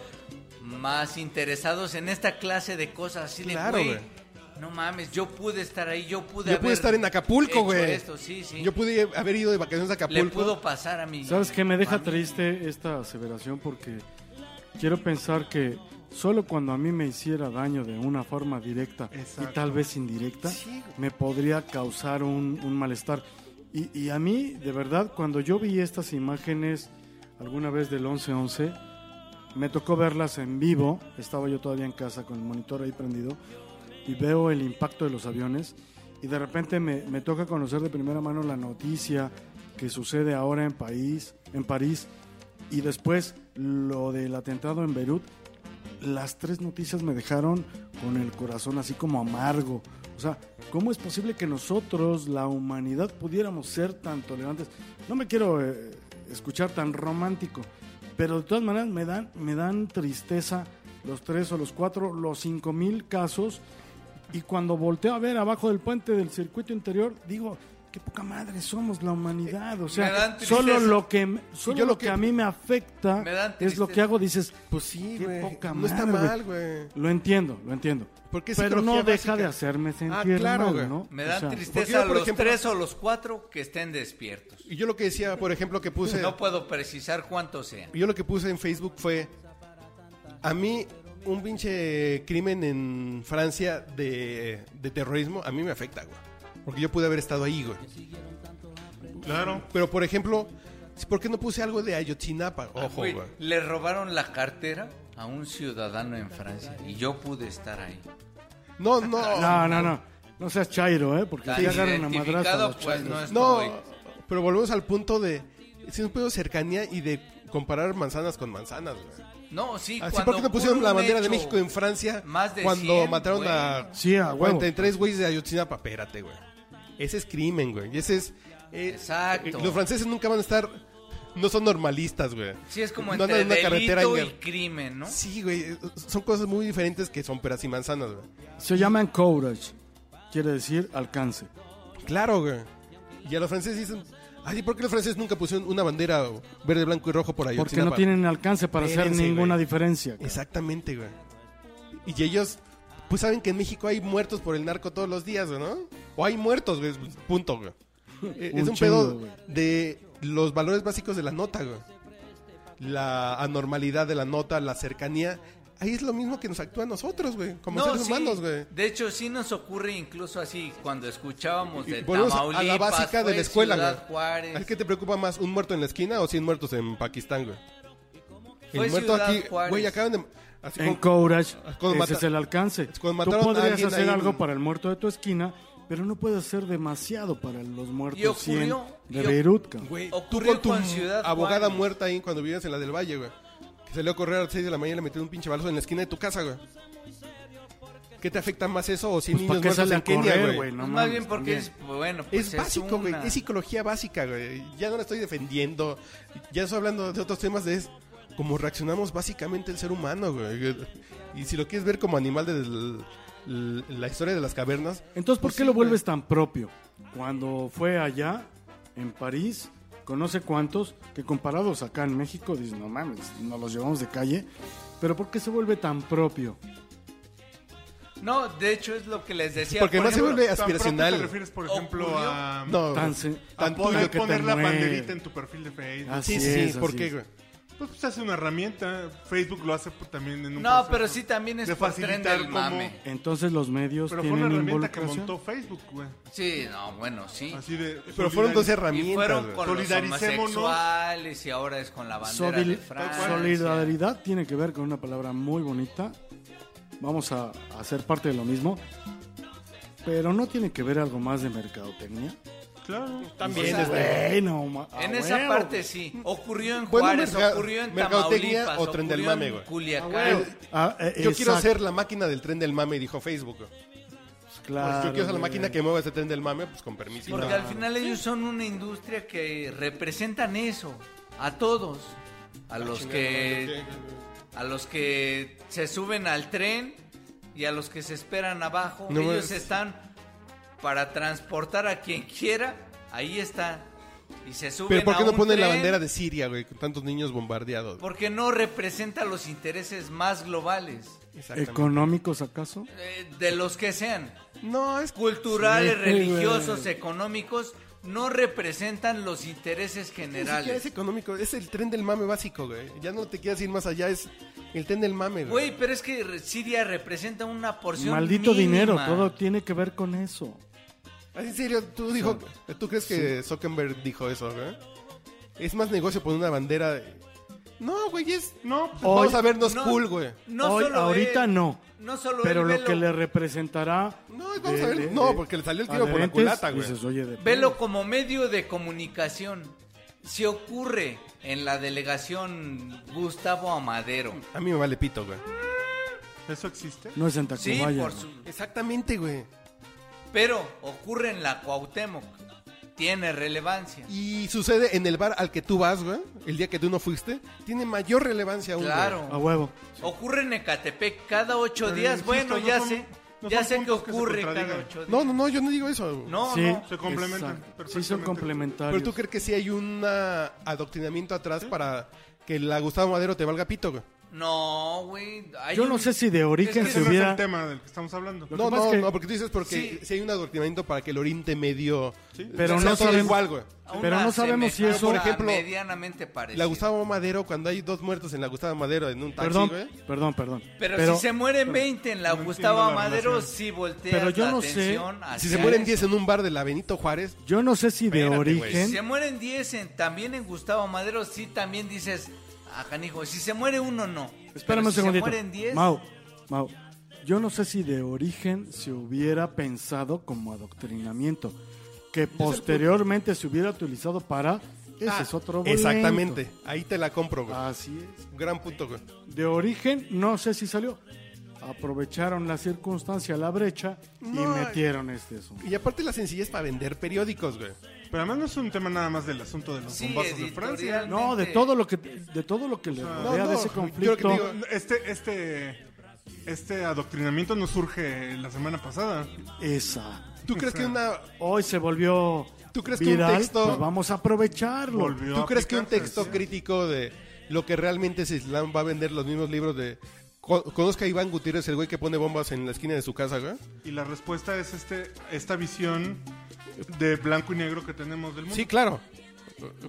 D: más interesados en esta clase de cosas así
C: Claro,
D: de güey,
C: güey.
D: No mames, yo pude estar ahí, yo pude
C: Yo pude
D: haber
C: estar en Acapulco,
D: hecho
C: güey.
D: esto, sí, sí.
C: Yo pude haber ido de vacaciones a Acapulco.
D: Le pudo pasar a mi
E: ¿Sabes qué? Me deja
D: mami.
E: triste esta aseveración porque quiero pensar que solo cuando a mí me hiciera daño de una forma directa
B: Exacto.
E: y tal vez indirecta,
C: Sí.
E: me podría causar un, un malestar. Y, y a mí, de verdad, cuando yo vi estas imágenes alguna vez del 11-11, me tocó verlas en vivo, estaba yo todavía en casa con el monitor ahí prendido, y veo el impacto de los aviones, y de repente me, me toca conocer de primera mano la noticia que sucede ahora en, país, en París, y después lo del atentado en Beirut, las tres noticias me dejaron con el corazón así como amargo. O sea, ¿cómo es posible que nosotros, la humanidad, pudiéramos ser tan tolerantes? No me quiero eh, escuchar tan romántico, pero de todas maneras me dan, me dan tristeza los tres o los cuatro, los cinco mil casos. Y cuando volteo a ver abajo del puente del circuito interior, digo, qué poca madre somos la humanidad. O
D: Eh, Me dan
E: sea,
D: tristeza.
E: solo lo que, solo
C: yo lo
E: lo que
C: que-
E: a mí me afecta
D: Me dan
E: es lo
D: tristeza.
E: que hago. Dices,
C: Pues sí,
E: Qué
C: güey.
E: poca
C: No está
E: madre,
C: mal, güey.
E: lo entiendo, lo entiendo.
C: Porque es
E: pero no
C: psicología
E: deja
C: básica. Ah,
E: de hacerme sentir
C: claro,
E: mal,
C: güey.
E: ¿no?
D: Me
E: O
D: dan
E: sea,
C: porque yo,
D: tristeza
C: por
D: los
C: ejemplo-
D: tres o los cuatro que estén despiertos.
C: Y yo lo que decía, por ejemplo, que puse...
D: No puedo precisar cuántos sean.
C: Yo lo que puse en Facebook fue... A mí, un pinche crimen en Francia de, de terrorismo, a mí me afecta, güey. Porque yo pude haber estado ahí, güey.
B: Claro.
C: Pero, por ejemplo, ¿por qué no puse algo de Ayotzinapa? Ojo,
D: Ah, Güey,
C: güey.
D: Le robaron la cartera a un ciudadano en Francia y yo pude estar ahí.
C: No, no.
E: No, no, no. No seas chairo, ¿eh? Porque
D: Tan
E: si agarran a
D: identificado,
E: madrazo a los
D: pues,
E: chairos.
D: no es-
C: No,
D: Estoy.
C: pero volvemos al punto de. Si un pedo cercanía y de comparar manzanas con manzanas, güey.
D: No, sí,
C: Así,
D: cuando
C: ¿por qué no pusieron
D: ocurre
C: la
D: un
C: bandera de
D: hecho-
C: México en Francia
D: más de
C: cuando
D: 100,
C: mataron a,
D: güey?
E: Sí, a huevo.
C: 43 güeyes de Ayotzinapa? Espérate, güey. Ese es crimen, güey. Y ese es. eh,
D: Exacto.
C: eh, los franceses nunca van a estar. No son normalistas, güey.
D: Sí, es como
C: No andan
D: entre
C: en una carretera
D: delito
C: en
D: y
C: guerra.
D: crimen, ¿no?
C: Sí, güey. eh, Son cosas muy diferentes que son peras y manzanas, güey.
E: Se llaman courage. Quiere decir alcance.
C: Claro, güey. Y a los franceses dicen. Ay, ¿por qué los franceses nunca pusieron una bandera verde, blanco y rojo por Ayotzinapa?
E: Porque no tienen alcance para hacer
C: Espérense,
E: ninguna
C: güey.
E: diferencia. cabrón.
C: Exactamente, güey. Y ellos, pues saben que en México hay muertos por el narco todos los días, güey, ¿no? O hay muertos, güey. pues, Punto, güey. Eh, es
E: Un
C: un
E: chingo,
C: pedo
E: güey.
C: de los valores básicos de la nota, güey. La anormalidad de la nota, la cercanía. Ahí es lo mismo que nos actúa a nosotros, güey. Como
D: No,
C: seres
D: sí.
C: humanos, güey.
D: De hecho, sí nos ocurre incluso así cuando escuchábamos de
C: Volvemos a-
D: Tamaulipas,
C: a la básica de
D: pues,
C: la escuela,
D: Ciudad
C: güey.
D: Juárez.
C: ¿Es que te preocupa más un muerto en la esquina o 100 muertos en Pakistán, güey?
D: Fue
C: El muerto
D: Ciudad
C: aquí,
D: Juárez.
C: güey, acaban de... así
E: En
C: como-
E: courage,
C: cuando
E: ese
C: mata-
E: es el alcance.
C: es cuando
E: Tú
C: mataron a
E: podrías
C: alguien ahí
E: hacer
C: en-
E: algo para el muerto de tu esquina, pero no puedes hacer demasiado para los
D: Y
E: muertos cien
D: ocurrió-
E: de
D: y oc-
E: Beirut, cabrón.
C: Güey, tú
D: Ocurrió
C: con tu
D: con Ciudad
C: abogada
D: Juárez.
C: muerta ahí cuando vivías en la del Valle, güey. Que salió a correr a las 6 de la mañana y le metió un pinche balazo en la esquina de tu casa, güey. ¿Qué te afecta más eso o 100
E: Pues, ¿Para
C: niños
E: qué
C: muertos
E: salen a
C: en Kenia,
E: correr,
C: güey?
E: güey? No
D: Pues más
E: mames,
D: bien porque
E: también.
D: es, bueno, pues
C: Es básico, güey.
D: una-
C: Es psicología básica, güey. Ya no la estoy defendiendo. Ya estoy hablando de otros temas de es cómo reaccionamos básicamente el ser humano, güey. Y si lo quieres ver como animal de la historia de las cavernas.
E: Entonces, ¿por
C: pues
E: qué
C: sí,
E: lo
C: güey.
E: vuelves tan propio? Cuando fue allá, en París, con no sé cuántos, que comparados acá en México, dices, no mames, nos los llevamos de calle. Pero ¿por qué se vuelve tan propio?
D: No, de hecho es lo que les decía.
C: Porque
D: por
C: además se
D: ejemplo,
C: vuelve
B: ¿Tan pronto
C: aspiracional.
B: te refieres, por ejemplo,
D: Ocurrió.
B: a,
C: No,
E: Tan,
C: güey.
E: sen-
B: a
C: tan
B: poder
E: tuyo que te
B: poner la
E: mueve.
B: banderita en tu perfil de Facebook?
E: Así
C: Ah, Sí, sí,
E: es,
C: sí. ¿Por
E: así
C: qué,
E: es.
C: güey?
B: Pues, pues hace una herramienta. Facebook lo hace pues, también en un
D: No,
B: proceso
D: pero sí también es
B: de
D: por tren
B: facilitar
D: del
B: cómo-
D: mame.
E: Entonces los medios
B: Pero fue una
E: tienen
B: herramienta que
E: involucración.
B: montó Facebook, güey.
D: Sí, no, bueno, sí.
B: Así de.
C: Pero fueron dos
B: solidar-
D: Y
C: herramientas.
D: fueron
C: güey.
D: con los
B: Solidaricémonos.
D: homosexuales y ahora es con la bandera de
E: Solid-
D: Francia.
E: Solidaridad tiene que ver con una palabra muy bonita. Vamos a, a ser parte de lo mismo. Pero no tiene que ver algo más de mercadotecnia.
B: Claro.
D: También,
C: Pues,
E: Dices,
D: güey.
E: "Güey, no ma- ah, a
D: En esa
E: huevo".
D: parte sí. Ocurrió en
C: ah, Bueno,
D: Juárez,
C: merca-
D: ocurrió en
C: mercadotecnia
D: Tamaulipas,
C: o tren del
D: ocurrió en
C: mame, güey.
D: Culiacán.
E: Ah, eh,
C: Yo quiero
E: exacto,
C: ser la máquina del tren del mame, dijo Facebook. güey. Pues
E: claro,
C: yo quiero ser la
E: güey.
C: máquina que mueva ese tren del mame, pues con permiso.
D: Porque al final ellos son una industria que representan eso a todos,
C: Ah,
D: a los que a los que se suben al tren y a los que se esperan abajo.
C: No
D: ellos
C: mames.
D: están para transportar a quien quiera. Ahí está. Y se suben
C: Pero ¿por qué
D: a
C: no
D: un
C: ponen la
D: tren
C: bandera de Siria, güey? Con tantos niños bombardeados. güey?
D: Porque no representa los intereses más globales,
C: Exactamente.
E: ¿Económicos acaso?
D: eh, de los que sean.
C: No, es
D: Culturales,
E: Sí,
D: religiosos,
E: güey.
D: económicos, no representan los intereses
C: Ni siquiera es
D: generales.
C: económico, es el tren del mame básico, güey. Ya no te quieras ir más allá, es el tren del mame, güey.
D: Güey, pero es que re- Siria representa una porción
E: Maldito
D: mínima.
E: dinero, todo tiene que ver con eso.
C: Ah, En serio, tú dijo, ¿tú crees que Zuckerberg dijo eso, güey? Es más negocio poner una bandera. de- No, güey, es Oh.
B: No,
E: Hoy-
C: vamos a vernos
D: No,
C: cool, güey.
D: no
E: Hoy,
D: solo
E: ahorita
D: él,
E: no.
D: No solo
E: Pero
D: él,
E: lo
D: velo,
E: que le representará.
C: No, vamos a ver, no, porque le salió el tiro por la
E: adherentes,
C: culata, güey.
E: dices, "Oye, de
D: velo como medio de comunicación. Si ocurre en la delegación Gustavo Amadero.
C: A mí me vale pito, güey.
B: ¿Eso existe?
E: No es en
D: Sí,
E: Tacubaya.
D: por
E: güey.
D: su,
C: Exactamente, güey.
D: Pero ocurre en la Cuauhtémoc. Tiene relevancia.
C: Y sucede en el bar al que tú vas, güey, el día que tú no fuiste, tiene mayor relevancia aún. güey.
E: A
D: Claro.
E: huevo.
D: Ocurre en Ecatepec cada ocho
B: Pero
D: días.
B: insisto,
D: bueno,
B: no
D: ya
B: son-
D: sé.
B: no
D: ya
B: son
D: sé que
B: puntos que se
D: ocurre cada
B: contradigan.
D: ocho días.
C: No, no, no, yo no digo eso. güey.
D: No,
E: sí,
D: no.
B: Se complementan
E: exacto. Sí, son
B: perfectamente.
E: complementarios.
C: Pero tú crees que sí hay un ah, adoctrinamiento atrás para que la Gustavo Madero te valga pito, güey.
D: No, güey. hay
E: Yo
D: un-
E: no sé si de origen
B: Ese
D: Es que eso
E: se
B: no es el
E: hubiera.
B: tema del que estamos hablando.
E: Lo- que
C: No,
E: pasa
C: no,
E: es que-
C: no, porque tú dices porque
D: Sí.
C: sí. hay un adoctrinamiento para que el Oriente Medio
B: Sí.
E: Pero
C: sea
E: no
C: todo
E: sabemos-
C: igual, güey.
D: a una
E: pero no sabemos si eso-
D: semejanza
E: Por
C: ejemplo,
D: medianamente parecida.
C: La Gustavo Madero, cuando hay dos muertos en la Gustavo Madero en un taxi,
E: Perdón,
C: güey.
E: perdón, perdón.
D: Pero, si se mueren 20 en la
B: no
D: Gustavo
B: entiendo la
D: Amadero,
B: relación.
D: sí voltea
E: Pero yo
D: la
E: no sé
D: atención hacia
C: Si se mueren
D: eso.
C: 10 en un bar de la Benito Juárez,
E: Yo no sé si de
C: Espérate, güey.
E: origen.
D: Si se mueren 10 en- también en Gustavo Madero, sí también dices, ah, canijo, si se muere uno, no. Pero
E: Espérame un
D: si
E: segundito.
D: Se mueren 10,
E: Mau, Mau, yo no sé si de origen se hubiera pensado como adoctrinamiento, que posteriormente se hubiera utilizado para. Ese
C: ah,
E: es otro Ah. boleto.
C: Exactamente, ahí te la compro, güey.
E: Así es.
C: Gran punto, güey.
E: De origen, no sé si salió. Aprovecharon la circunstancia, la brecha, y
C: No,
E: metieron este asunto.
C: Y aparte la sencillez para vender periódicos, güey.
B: Pero además no es un tema nada más del asunto de los
D: Sí,
B: bombazos de
D: editorial.
B: Francia.
E: No, de todo lo que, de todo lo que le rodea
C: no,
E: de ese
C: yo lo que
E: conflicto.
C: te digo-
B: Este, este, este adoctrinamiento no surge la semana pasada.
E: Esa.
C: ¿Tú crees que una
E: Hoy se volvió.
C: ¿Tú crees que un
E: viral,
C: texto-
E: pues vamos a aprovecharlo.
B: Volvió
C: ¿Tú
B: a
C: crees que un
B: aplicarse,
C: texto
B: sí.
C: crítico de lo que realmente es Islam va a vender los mismos libros de... Co- Conozca a Iván Gutiérrez, el güey que pone bombas en la esquina de su casa, güey.
B: Y la respuesta es este, esta visión de blanco y negro que tenemos del mundo.
C: Sí, claro.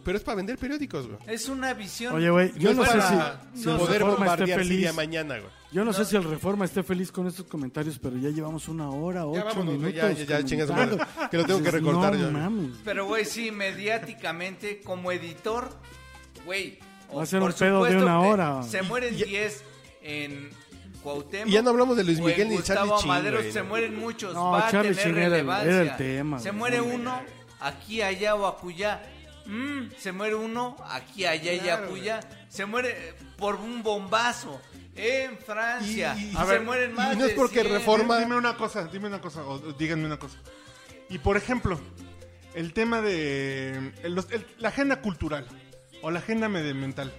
C: Pero es para vender periódicos, güey.
D: Es una visión.
E: Oye, güey, yo no,
C: es
E: sé
C: para
E: si, si el
C: poder
E: Reforma esté
C: bombardear Siria
E: feliz.
C: mañana, güey.
E: Yo no, sé si el Reforma esté feliz con estos comentarios, pero ya llevamos una hora, ocho
C: vámonos, güey,
E: minutos.
C: ya, ya, ya, chinga su madre,
E: comentando.
C: que lo tengo que
E: Dices,
C: recortar
E: no
C: ya.
E: mames.
D: Pero, güey, sí, mediáticamente, como editor, güey. o
E: Va a ser
D: por
E: un pedo de
D: supuesto
E: una
D: que
E: hora.
D: Se mueren
C: ya-
D: 10 en Cuauhtémoc.
C: Y ya no hablamos de Luis
D: o en
C: Miguel ni de
D: Gustavo
C: Charlie Chin,
D: Amadero,
C: güey.
D: se mueren muchos.
E: No,
D: va
E: Charlie
D: a tener
E: Chin era el-
D: relevancia.
E: era el tema,
D: Se
E: güey.
D: muere uno aquí, allá o acullá. Mm, se muere uno aquí, allá y acullá. Se muere eh, por un bombazo. En Francia.
C: Y- y-
D: se
C: a ver,
D: mueren
C: y
D: más
C: no es
D: de
C: porque
D: 100.
C: Reforma- forma-
B: Dime una cosa, dime una cosa, o díganme una cosa. Y por ejemplo, el tema de el- los- el- la agenda cultural o la agenda medioambiental,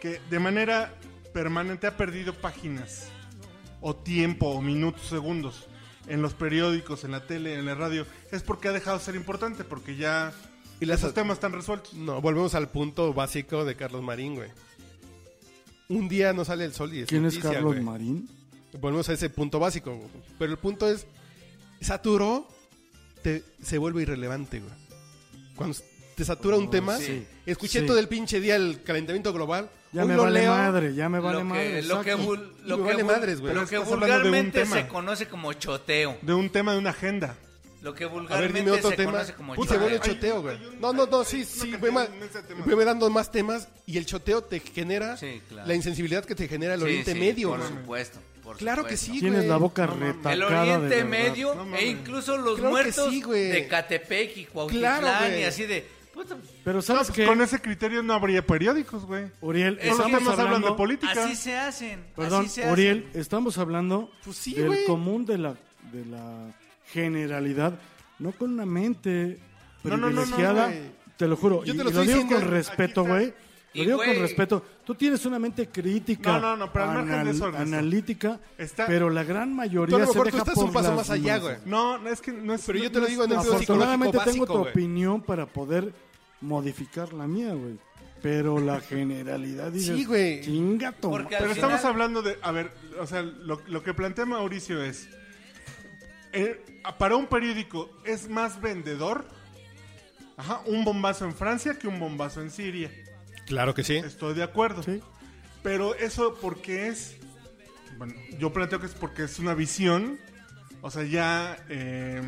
B: que de manera permanente ha perdido páginas o tiempo o minutos, segundos en los periódicos, en la tele, en la radio, es porque ha dejado de ser importante, porque ya
C: Y las-
B: esos temas están resueltos.
C: No, volvemos al punto básico de Carlos Marín, güey. Un día no sale el sol y es
E: ¿Quién es
C: noticia,
E: Carlos
C: güey.
E: Marín?
C: volvemos a ese punto básico. güey. Pero el punto es, saturó, te, se vuelve irrelevante, güey. Cuando te satura un tema,
E: Oh, sí.
C: escuché
E: Sí.
C: todo el pinche día el calentamiento global.
E: Ya
C: hoy
E: me
C: lo
E: vale
C: leo,
E: madre, ya me vale
D: lo
E: madre.
D: que, lo que,
E: exacto.
D: vul- lo
C: Me
D: que
C: vale
D: vul-
C: madres, güey.
D: lo que
B: Estás hablando de un
D: vulgarmente
B: tema.
D: se conoce como choteo.
B: De un tema, de una agenda.
D: Lo que
C: A ver,
D: vulgarmente
C: dime otro
D: se
C: tema.
D: conoce como
C: Puta, se
D: choteo.
C: vuelve
B: Hay-
C: choteo, güey.
B: hay un-
C: No, no, no,
B: hay
C: sí,
B: una
C: sí.
B: cantidad
C: Ve, ma-
B: inmensa de temas.
C: ve dando más temas y el choteo te genera
D: Sí, claro.
C: la insensibilidad que te genera el
D: Sí,
C: Oriente
D: sí,
C: Medio,
D: Por
C: güey.
D: supuesto. por
C: Claro que
D: supuesto.
C: sí,
E: Tienes
C: güey.
E: la boca
B: No mames.
E: retacada
D: El
E: de
D: Oriente
E: verdad.
D: Medio
B: No mames.
D: e incluso los
C: Claro que
D: muertos
C: sí, güey.
D: de Catepec y Cuautitlán
C: Claro, güey.
D: y así de... puta,
E: Pero
B: No,
E: sabes
B: pues
E: que
B: con ese criterio no habría periódicos, güey.
E: Uriel,
D: Solo
B: Solo
E: estamos
B: temas hablan de
E: hablando
B: política.
D: así se hacen.
E: Perdón,
D: así se hacen.
E: Uriel, estamos hablando
C: Pues sí,
E: del
C: güey.
E: común de la, de la generalidad, no con una mente
B: No, no, no, no,
E: privilegiada.
B: güey.
E: te lo juro,
C: Yo te
E: y, y
C: lo
E: lo,
C: estoy
E: digo
C: diciendo,
E: con
C: aquí
E: respeto,
B: está.
E: güey. Lo
D: Y,
E: digo
D: güey.
E: con respeto. Tú tienes una mente crítica,
B: No, no, no, pero al margen de eso, Ernesto.
E: analítica,
B: Está-
E: pero la gran mayoría
C: Tú a lo
E: se
C: mejor tú
E: deja
C: estás
E: por
C: un paso
E: las
C: más allá,
E: masas.
C: güey.
B: No, no, es que no es.
C: Pero yo
B: no-
C: te lo
B: no
C: digo
B: es-
C: en el
B: no,
C: pedo psicológico
E: Afortunadamente tengo
C: básico,
E: tu
C: güey.
E: opinión para poder modificar la mía, güey. Pero la generalidad dices,
C: Sí, güey.
E: chinga tu
D: Porque
E: madre".
B: Pero
D: Al
B: estamos
D: final-
B: hablando de. A ver, o sea, lo, lo que plantea Mauricio es. eh, para un periódico es más vendedor. Ajá, un bombazo en Francia que un bombazo en Siria.
C: Claro que sí.
B: Estoy de acuerdo.
E: Sí.
B: Pero eso porque es. Bueno, yo planteo que es porque es una visión. O sea, ya. eh,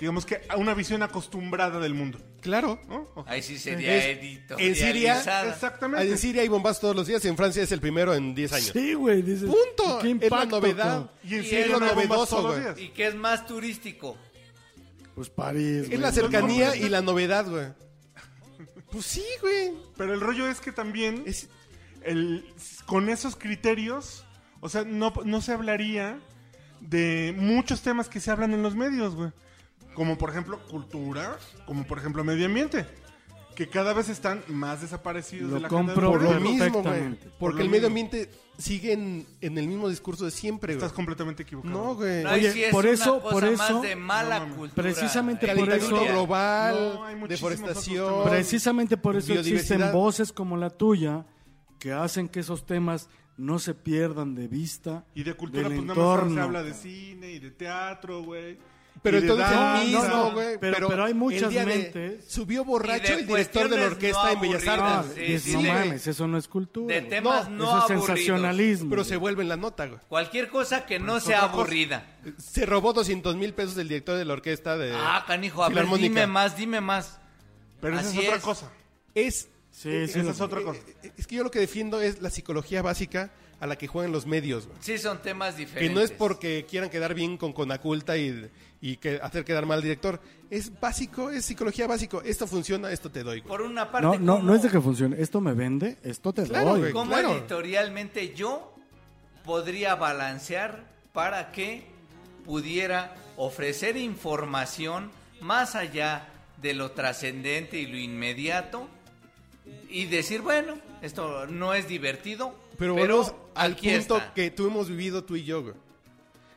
B: digamos que a una visión acostumbrada del mundo.
C: Claro.
B: ¿no? O-
D: Ahí sí sería
C: Es-
D: editorializada.
C: en Siria,
B: Exactamente.
C: En Siria hay bombas todos los días y en Francia es el primero en 10 años.
E: Sí, güey, dices.
C: Punto.
E: ¿qué
C: es la
E: impacto,
C: novedad.
E: cabrón?
B: Y en
D: Y
B: Siria
D: es
B: no
C: lo
B: hay bombas
C: novedoso,
B: todos los
C: güey.
B: días.
D: Y que es más turístico.
E: Pues París.
C: Es
E: güey.
C: la cercanía y la novedad, güey. Pues sí, güey.
B: Pero el rollo es que también.
C: Es-
B: el- con esos criterios, o sea, no, no se hablaría de muchos temas que se hablan en los medios, güey. Como por ejemplo cultura, como por ejemplo medio ambiente, que cada vez están más desaparecidos de
E: Lo
B: la agenda
E: compro,
B: del
C: por lo
B: gobierno.
C: mismo, güey.
E: Perfectamente.
C: Porque
B: Por lo
C: el medio
B: mismo.
C: ambiente sigue en, en el mismo discurso de siempre, güey.
B: Estás completamente equivocado.
C: No, güey.
D: No, ahí
E: Oye,
D: sí es
E: por
D: una
E: eso-
D: cosa
E: por eso-
D: más de mala
B: No mames.
D: cultura.
E: Precisamente por
C: Calentamiento
E: eso-
B: No, hay
C: global,
B: muchísimos otros
C: deforestación.
B: temas.
E: Precisamente por eso existen
C: Biodiversidad.
E: voces como la tuya que hacen que esos temas no se pierdan de vista.
B: Y de cultura,
E: del
B: pues nada más se
E: entorno. Ah,
B: habla de cine y de teatro, güey.
C: Pero
B: y de
C: entonces
B: danza.
C: el mismo,
E: no,
C: güey.
E: pero- pero hay muchas
C: el día de-
E: mentes.
C: subió borracho
D: Y de
C: el director de la
D: cuestiones
C: orquesta
D: no
C: en Bellas
D: aburridas,
E: Ah,
C: Artes.
D: sí,
E: dices,
D: sí,
E: no
D: sí.
E: mames, eso no es cultura.
D: De
E: güey.
D: temas
E: eso
D: no,
E: es
D: aburridos.
E: sensacionalismo.
C: Pero
E: güey.
C: se vuelve en la nota, güey.
D: Cualquier cosa que
C: Pues
D: no sea
B: otra cosa.
D: aburrida.
C: Se robó 200 mil pesos del director de la orquesta de.
D: Ah, canijo, a ver,
C: Filarmónica.
D: dime más, dime más.
B: Pero esa
D: Así
B: es otra
D: es.
B: cosa.
C: Es.
E: Sí, sí,
B: esa
E: no.
B: es otra cosa.
C: eh, Es que yo lo que defiendo es la psicología básica a la que juegan los medios, güey.
D: Sí, son temas
C: Que
D: diferentes.
C: no es porque quieran quedar bien con Conaculta y, y que hacer quedar mal al director. Es básico, es psicología básico. Esto funciona, esto te doy, güey.
D: Por una parte.
E: No, no,
D: ¿cómo-
E: no es de que funcione. Esto me vende, esto te
C: Claro,
E: doy.
C: güey.
D: ¿Cómo
C: Claro.
D: editorialmente yo podría balancear para que pudiera ofrecer información más allá de lo trascendente y lo inmediato? Y decir, bueno, esto no es divertido,
C: Pero
D: pero,
C: volvemos al
D: aquí
C: punto
D: está.
C: que tú hemos vivido tú y yo, güey.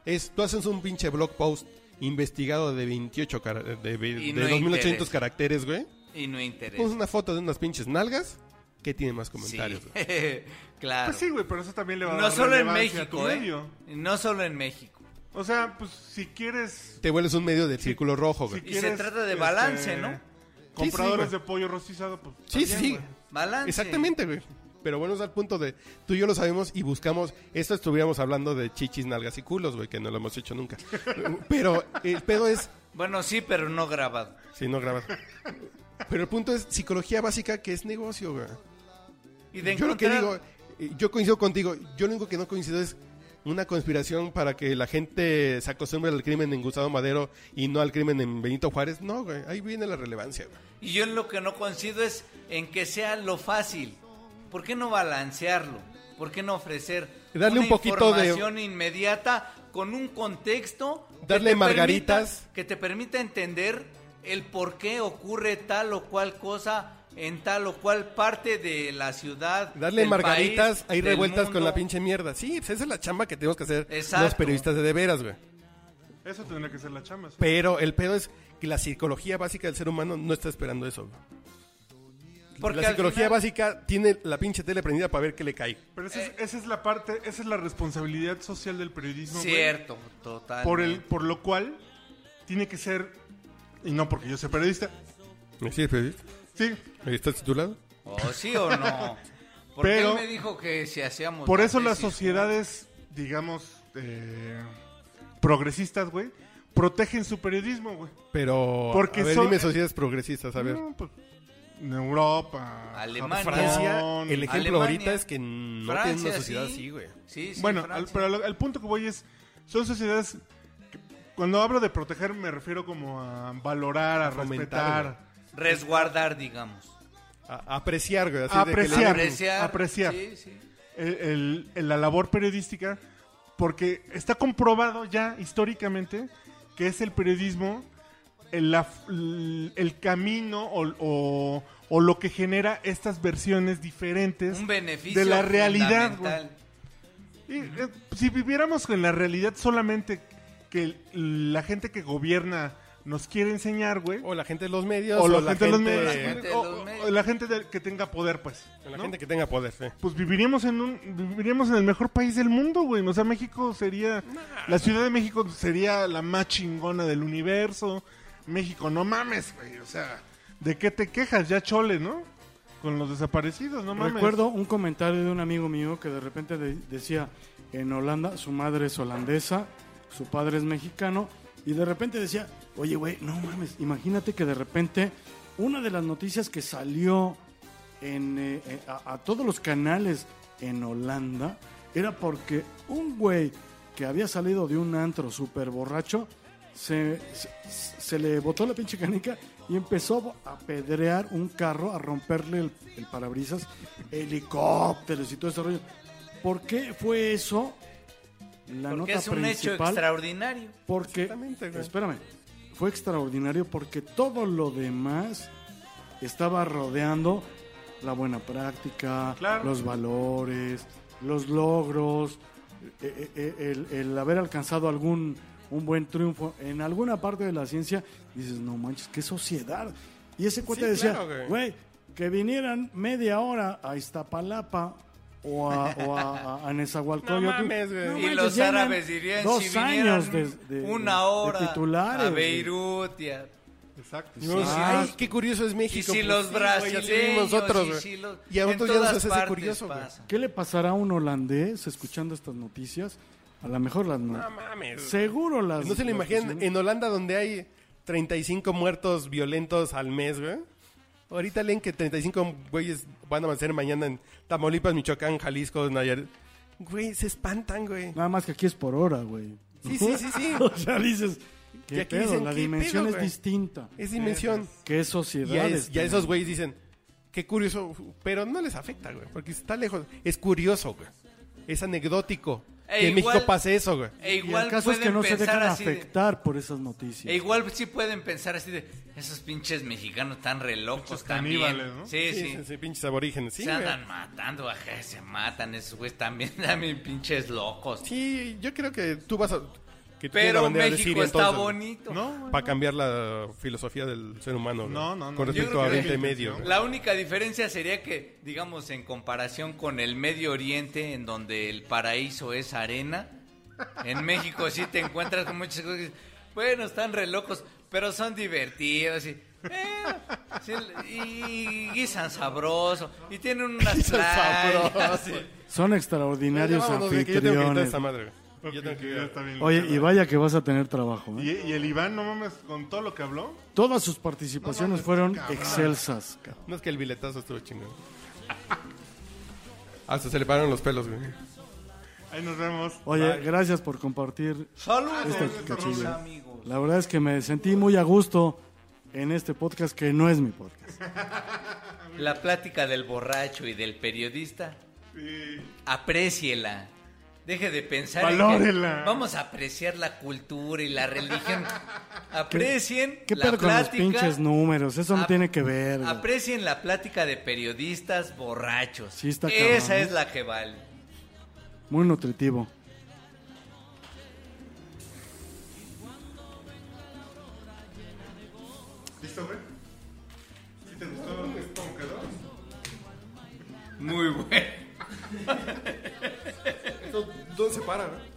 C: Es, tú haces un pinche blog post investigado de 28 cara- de, ve-
D: Y
C: de
D: no
C: 2800
D: interesa.
C: caracteres, güey.
D: Y no interesa.
C: Pones una foto de unas pinches nalgas que tiene más
D: Sí,
C: comentarios, güey.
D: claro.
B: Pues sí, güey, pero eso también le va a dar
D: no solo en
B: relevancia a tu
D: México, ¿eh?
B: medio.
D: No solo en México.
B: O sea, pues si quieres
C: Te vuelves un medio del círculo rojo, güey.
B: Si
D: Y se trata de balance, ¿no?
B: Compradores
C: este, Sí, sí,
B: de pollo rostizado, pues.
C: Sí,
B: también,
C: sí,
B: güey.
D: Balance.
C: exactamente, güey. Pero bueno, es al punto de tú y yo lo sabemos y buscamos. Esto estuviéramos hablando de chichis, nalgas y culos, güey, que no lo hemos hecho nunca. Pero el pedo es
D: Bueno, sí, pero no grabado.
C: Si no grabas. Pero el punto es psicología básica que es negocio, güey.
D: Y de
C: yo lo que
D: encontrar-
C: digo, eh, yo coincido contigo. Yo lo único que no coincido es una conspiración para que la gente se acostumbre al crimen en Gustavo Madero y no al crimen en Benito Juárez. No, güey. Ahí viene la relevancia, güey.
D: Y yo en lo que no coincido es en que sea lo fácil. ¿Por qué no balancearlo? ¿Por qué no ofrecer
C: Darle
D: una
C: un poquito de-
D: información inmediata con un contexto? que
C: Darle
D: te permita-
C: margaritas.
D: que te permita entender el por qué ocurre tal o cual cosa en tal o cual parte de la ciudad.
C: Darle
D: del
C: margaritas
D: país,
C: ahí
D: del
C: revueltas con
D: mundo.
C: la pinche mierda. Sí, pues esa es la chamba que tenemos que hacer los
D: Exacto.
C: periodistas de de veras, güey.
B: Eso tendría que ser la chamba, sí.
C: Pero el pedo es que la psicología básica del ser humano no está esperando eso, güey.
D: Porque
C: la
D: al
C: psicología
D: final-
C: básica tiene la pinche tele prendida para ver qué le cae.
B: Pero esa, es, esa es la parte, esa es la responsabilidad social del periodismo. güey.
D: Cierto, total.
B: Por, el, por lo cual tiene que ser, y no porque yo sea periodista,
C: ¿Sí,
B: sí,
C: ¿Estás titulado?
D: ¿O Oh, sí o no? Porque
B: Pero-
D: él me dijo que si hacíamos...
B: Por
D: la
B: eso las
D: tesis,
B: sociedades, digamos, eh, progresistas, güey, protegen su periodismo, güey.
C: Pero,
B: Porque
C: a ver,
B: son-
C: dime sociedades progresistas, a ver.
B: No, pues, en Europa,
D: Alemania.
B: Francia,
C: Francia, el
D: Alemania,
C: ejemplo ahorita es que no tiene una
D: Francia,
C: sociedad
D: sí.
C: así, güey.
D: Sí, sí,
B: bueno, al,
D: Francia.
B: pero al- al punto que voy es, son sociedades, que- cuando hablo de proteger me refiero como a valorar, a,
C: fomentar,
B: respetar,
D: Resguardar, digamos.
C: A- apreciar, güey. así
B: Apreciar.
C: De
D: Apreciar.
B: apreciar.
D: Sí, sí.
B: el- el- el- la labor periodística, porque está comprobado ya históricamente que es el periodismo el, la- el camino o, o- o lo que genera estas versiones diferentes
D: Un beneficio
B: de la realidad.
D: fundamental.
B: güey. Y, eh, si viviéramos en la realidad solamente que el- la gente que gobierna nos quiere enseñar, güey.
C: que- o la gente de los medios.
B: O, la
C: la
B: gente de los medios,
D: La gente de
B: o-
D: los
B: o-
D: medios.
B: o la gente de- que tenga poder, pues.
C: La
B: ¿no?
C: gente que tenga poder, sí.
B: pues viviríamos en un viviríamos en el mejor país del mundo, güey. O sea, México sería la Ciudad de México sería la más chingona del universo. México, no mames, güey. O sea, ¿de qué te quejas? Ya chole, ¿no? Con los desaparecidos, no mames.
E: Recuerdo un comentario de un amigo mío que de repente de- decía, en Holanda su madre es holandesa, su padre es mexicano, y de repente decía, oye, güey, no mames, imagínate que de repente una de las noticias que salió en, eh, eh, a, a todos los canales en Holanda era porque un güey que había salido de un antro súper borracho, se, se, se le botó la pinche canica y empezó a pedrear un carro, a romperle el, el parabrisas, helicópteros y todo ese rollo. ¿Por qué fue eso? La
D: Porque
E: nota
D: es un hecho
E: principal.
D: extraordinario.
E: Porque,
C: Exactamente, güey.
E: espérame, fue extraordinario porque todo lo demás estaba rodeando la buena práctica,
B: Claro.
E: los valores, los logros, eh, eh, eh, el, el haber alcanzado algún un buen triunfo en alguna parte de la ciencia. Dices, no manches, qué sociedad. Y ese cuate
C: Sí,
E: decía,
C: claro, güey.
E: güey, que vinieran media hora a Iztapalapa. O a, o a, a- a Nezahualcóyotl.
C: No mames, güey.
E: No
D: Y
E: manches,
D: los
E: llenan
D: árabes dirían
E: dos
D: si vinieran
E: años de, de-
D: una
E: de
D: hora
E: titulares,
D: a
E: güey.
D: Beirut y a-
B: Exacto.
C: Y uno dice,
E: Ah.
C: Ay, qué curioso es
D: Y
C: México.
D: si
C: Pues
D: los
C: sí, güey, así
D: brasileños,
C: vivimos nosotros,
D: y
C: güey.
D: si los...
C: Y a
D: en
C: otros ya nos
D: todas
C: hace ese
D: partes
C: curioso, güey.
D: pasa.
E: ¿Qué le pasará a un holandés escuchando estas noticias? A lo mejor las no.
C: No mames.
E: Seguro las.
C: No se lo
E: las
C: imaginan,
E: que
C: en Holanda donde hay 35 muertos violentos al mes, güey. Ahorita leen que 35 güeyes van a amanecer mañana en Tamaulipas, Michoacán, Jalisco, Nayarit. Güey, se espantan, güey.
E: se- Nada más que aquí es por hora, güey.
C: eh. Sí, sí, sí, sí.
E: o sea, dices.
C: Y
E: ¿Qué
C: aquí
E: pedo?
C: dicen,
E: la
C: ¿qué
E: dimensión
C: pedo,
E: es
C: güey?
E: distinta.
C: Es dimensión.
E: ¿Qué
C: Y a,
E: sociedades?
C: es- y a esos güeyes dicen, qué curioso, pero no les afecta, güey, porque está lejos. Es curioso, güey. Es anecdótico.
D: E
C: que en
D: igual-
C: México pase eso, güey.
D: E
E: Y
D: igual
E: el caso es que
D: pueden
E: no se
D: pensar
E: dejan
D: así de-
E: afectar por esas noticias.
D: E igual sí pueden pensar así de esos pinches mexicanos tan re locos
B: Pinches
D: también.
B: caníbales, ¿no?
D: Eh, Sí, sí.
C: Sí, sí, sí, pinches aborígenes. Sí,
D: se
C: güey.
D: andan matando, ajá, se matan esos güeyes también, también pinches locos.
C: Sí, yo creo que tú vas a... Que tú tienes la
D: Pero
C: bandera de
D: México
C: Siria,
D: está
C: entonces,
D: bonito.
B: No, güey.
C: Para cambiar la filosofía del ser humano. güey,
B: No, no, no.
C: Con
B: Yo
C: respecto
B: creo
C: a
B: que-
C: Oriente Medio. güey.
D: La única diferencia sería que, digamos, en comparación con el Medio Oriente, en donde el paraíso es arena, en México sí te encuentras con muchas cosas. que dices, Bueno, están re locos, pero son divertidos y. eh, sí, y guisan sabroso. Y tienen unas
C: Pinches
D: playas.
C: sabrosos, sí.
E: Son
C: Ya,
E: extraordinarios
C: vámonos, güey, que Yo tengo que editar
E: anfitriones.
C: esta madre. güey.
B: Ok,
C: Yo tengo que-
B: ya está bien.
E: Oye, y vaya que vas a tener trabajo. ¿eh?
B: Y, y el Iván, no mames, con todo lo que habló.
E: Todas sus participaciones
B: No mames,
E: fueron
B: cabrón.
E: excelsas. cabrón.
C: No es que el biletazo estuvo chingón. Hasta se le pararon los pelos, güey.
B: Ahí nos vemos.
E: Oye,
B: Bye.
E: gracias por compartir
D: Saludos,
E: Esta
D: mis
E: cachilla.
D: amigos.
E: La verdad es que me sentí muy a gusto en este podcast que no es mi podcast.
D: La plática del borracho y del periodista, apréciela. Deje de pensar en que
B: Valórela.
D: vamos a apreciar la cultura y la religión. Aprecien
E: ¿Qué
D: la
E: pedo con los
D: plática.
E: pinches números? Eso no
D: Ap-
E: tiene que ver. güey.
D: Aprecien la plática de periodistas borrachos.
E: Sí, está cabrón,
D: Esa
E: ¿eh?
D: es la que vale.
E: Muy nutritivo.
B: ¿Listo, güey? ¿Sí te gustó cómo quedó?
G: Muy bueno.
B: ¿Dónde se para? no?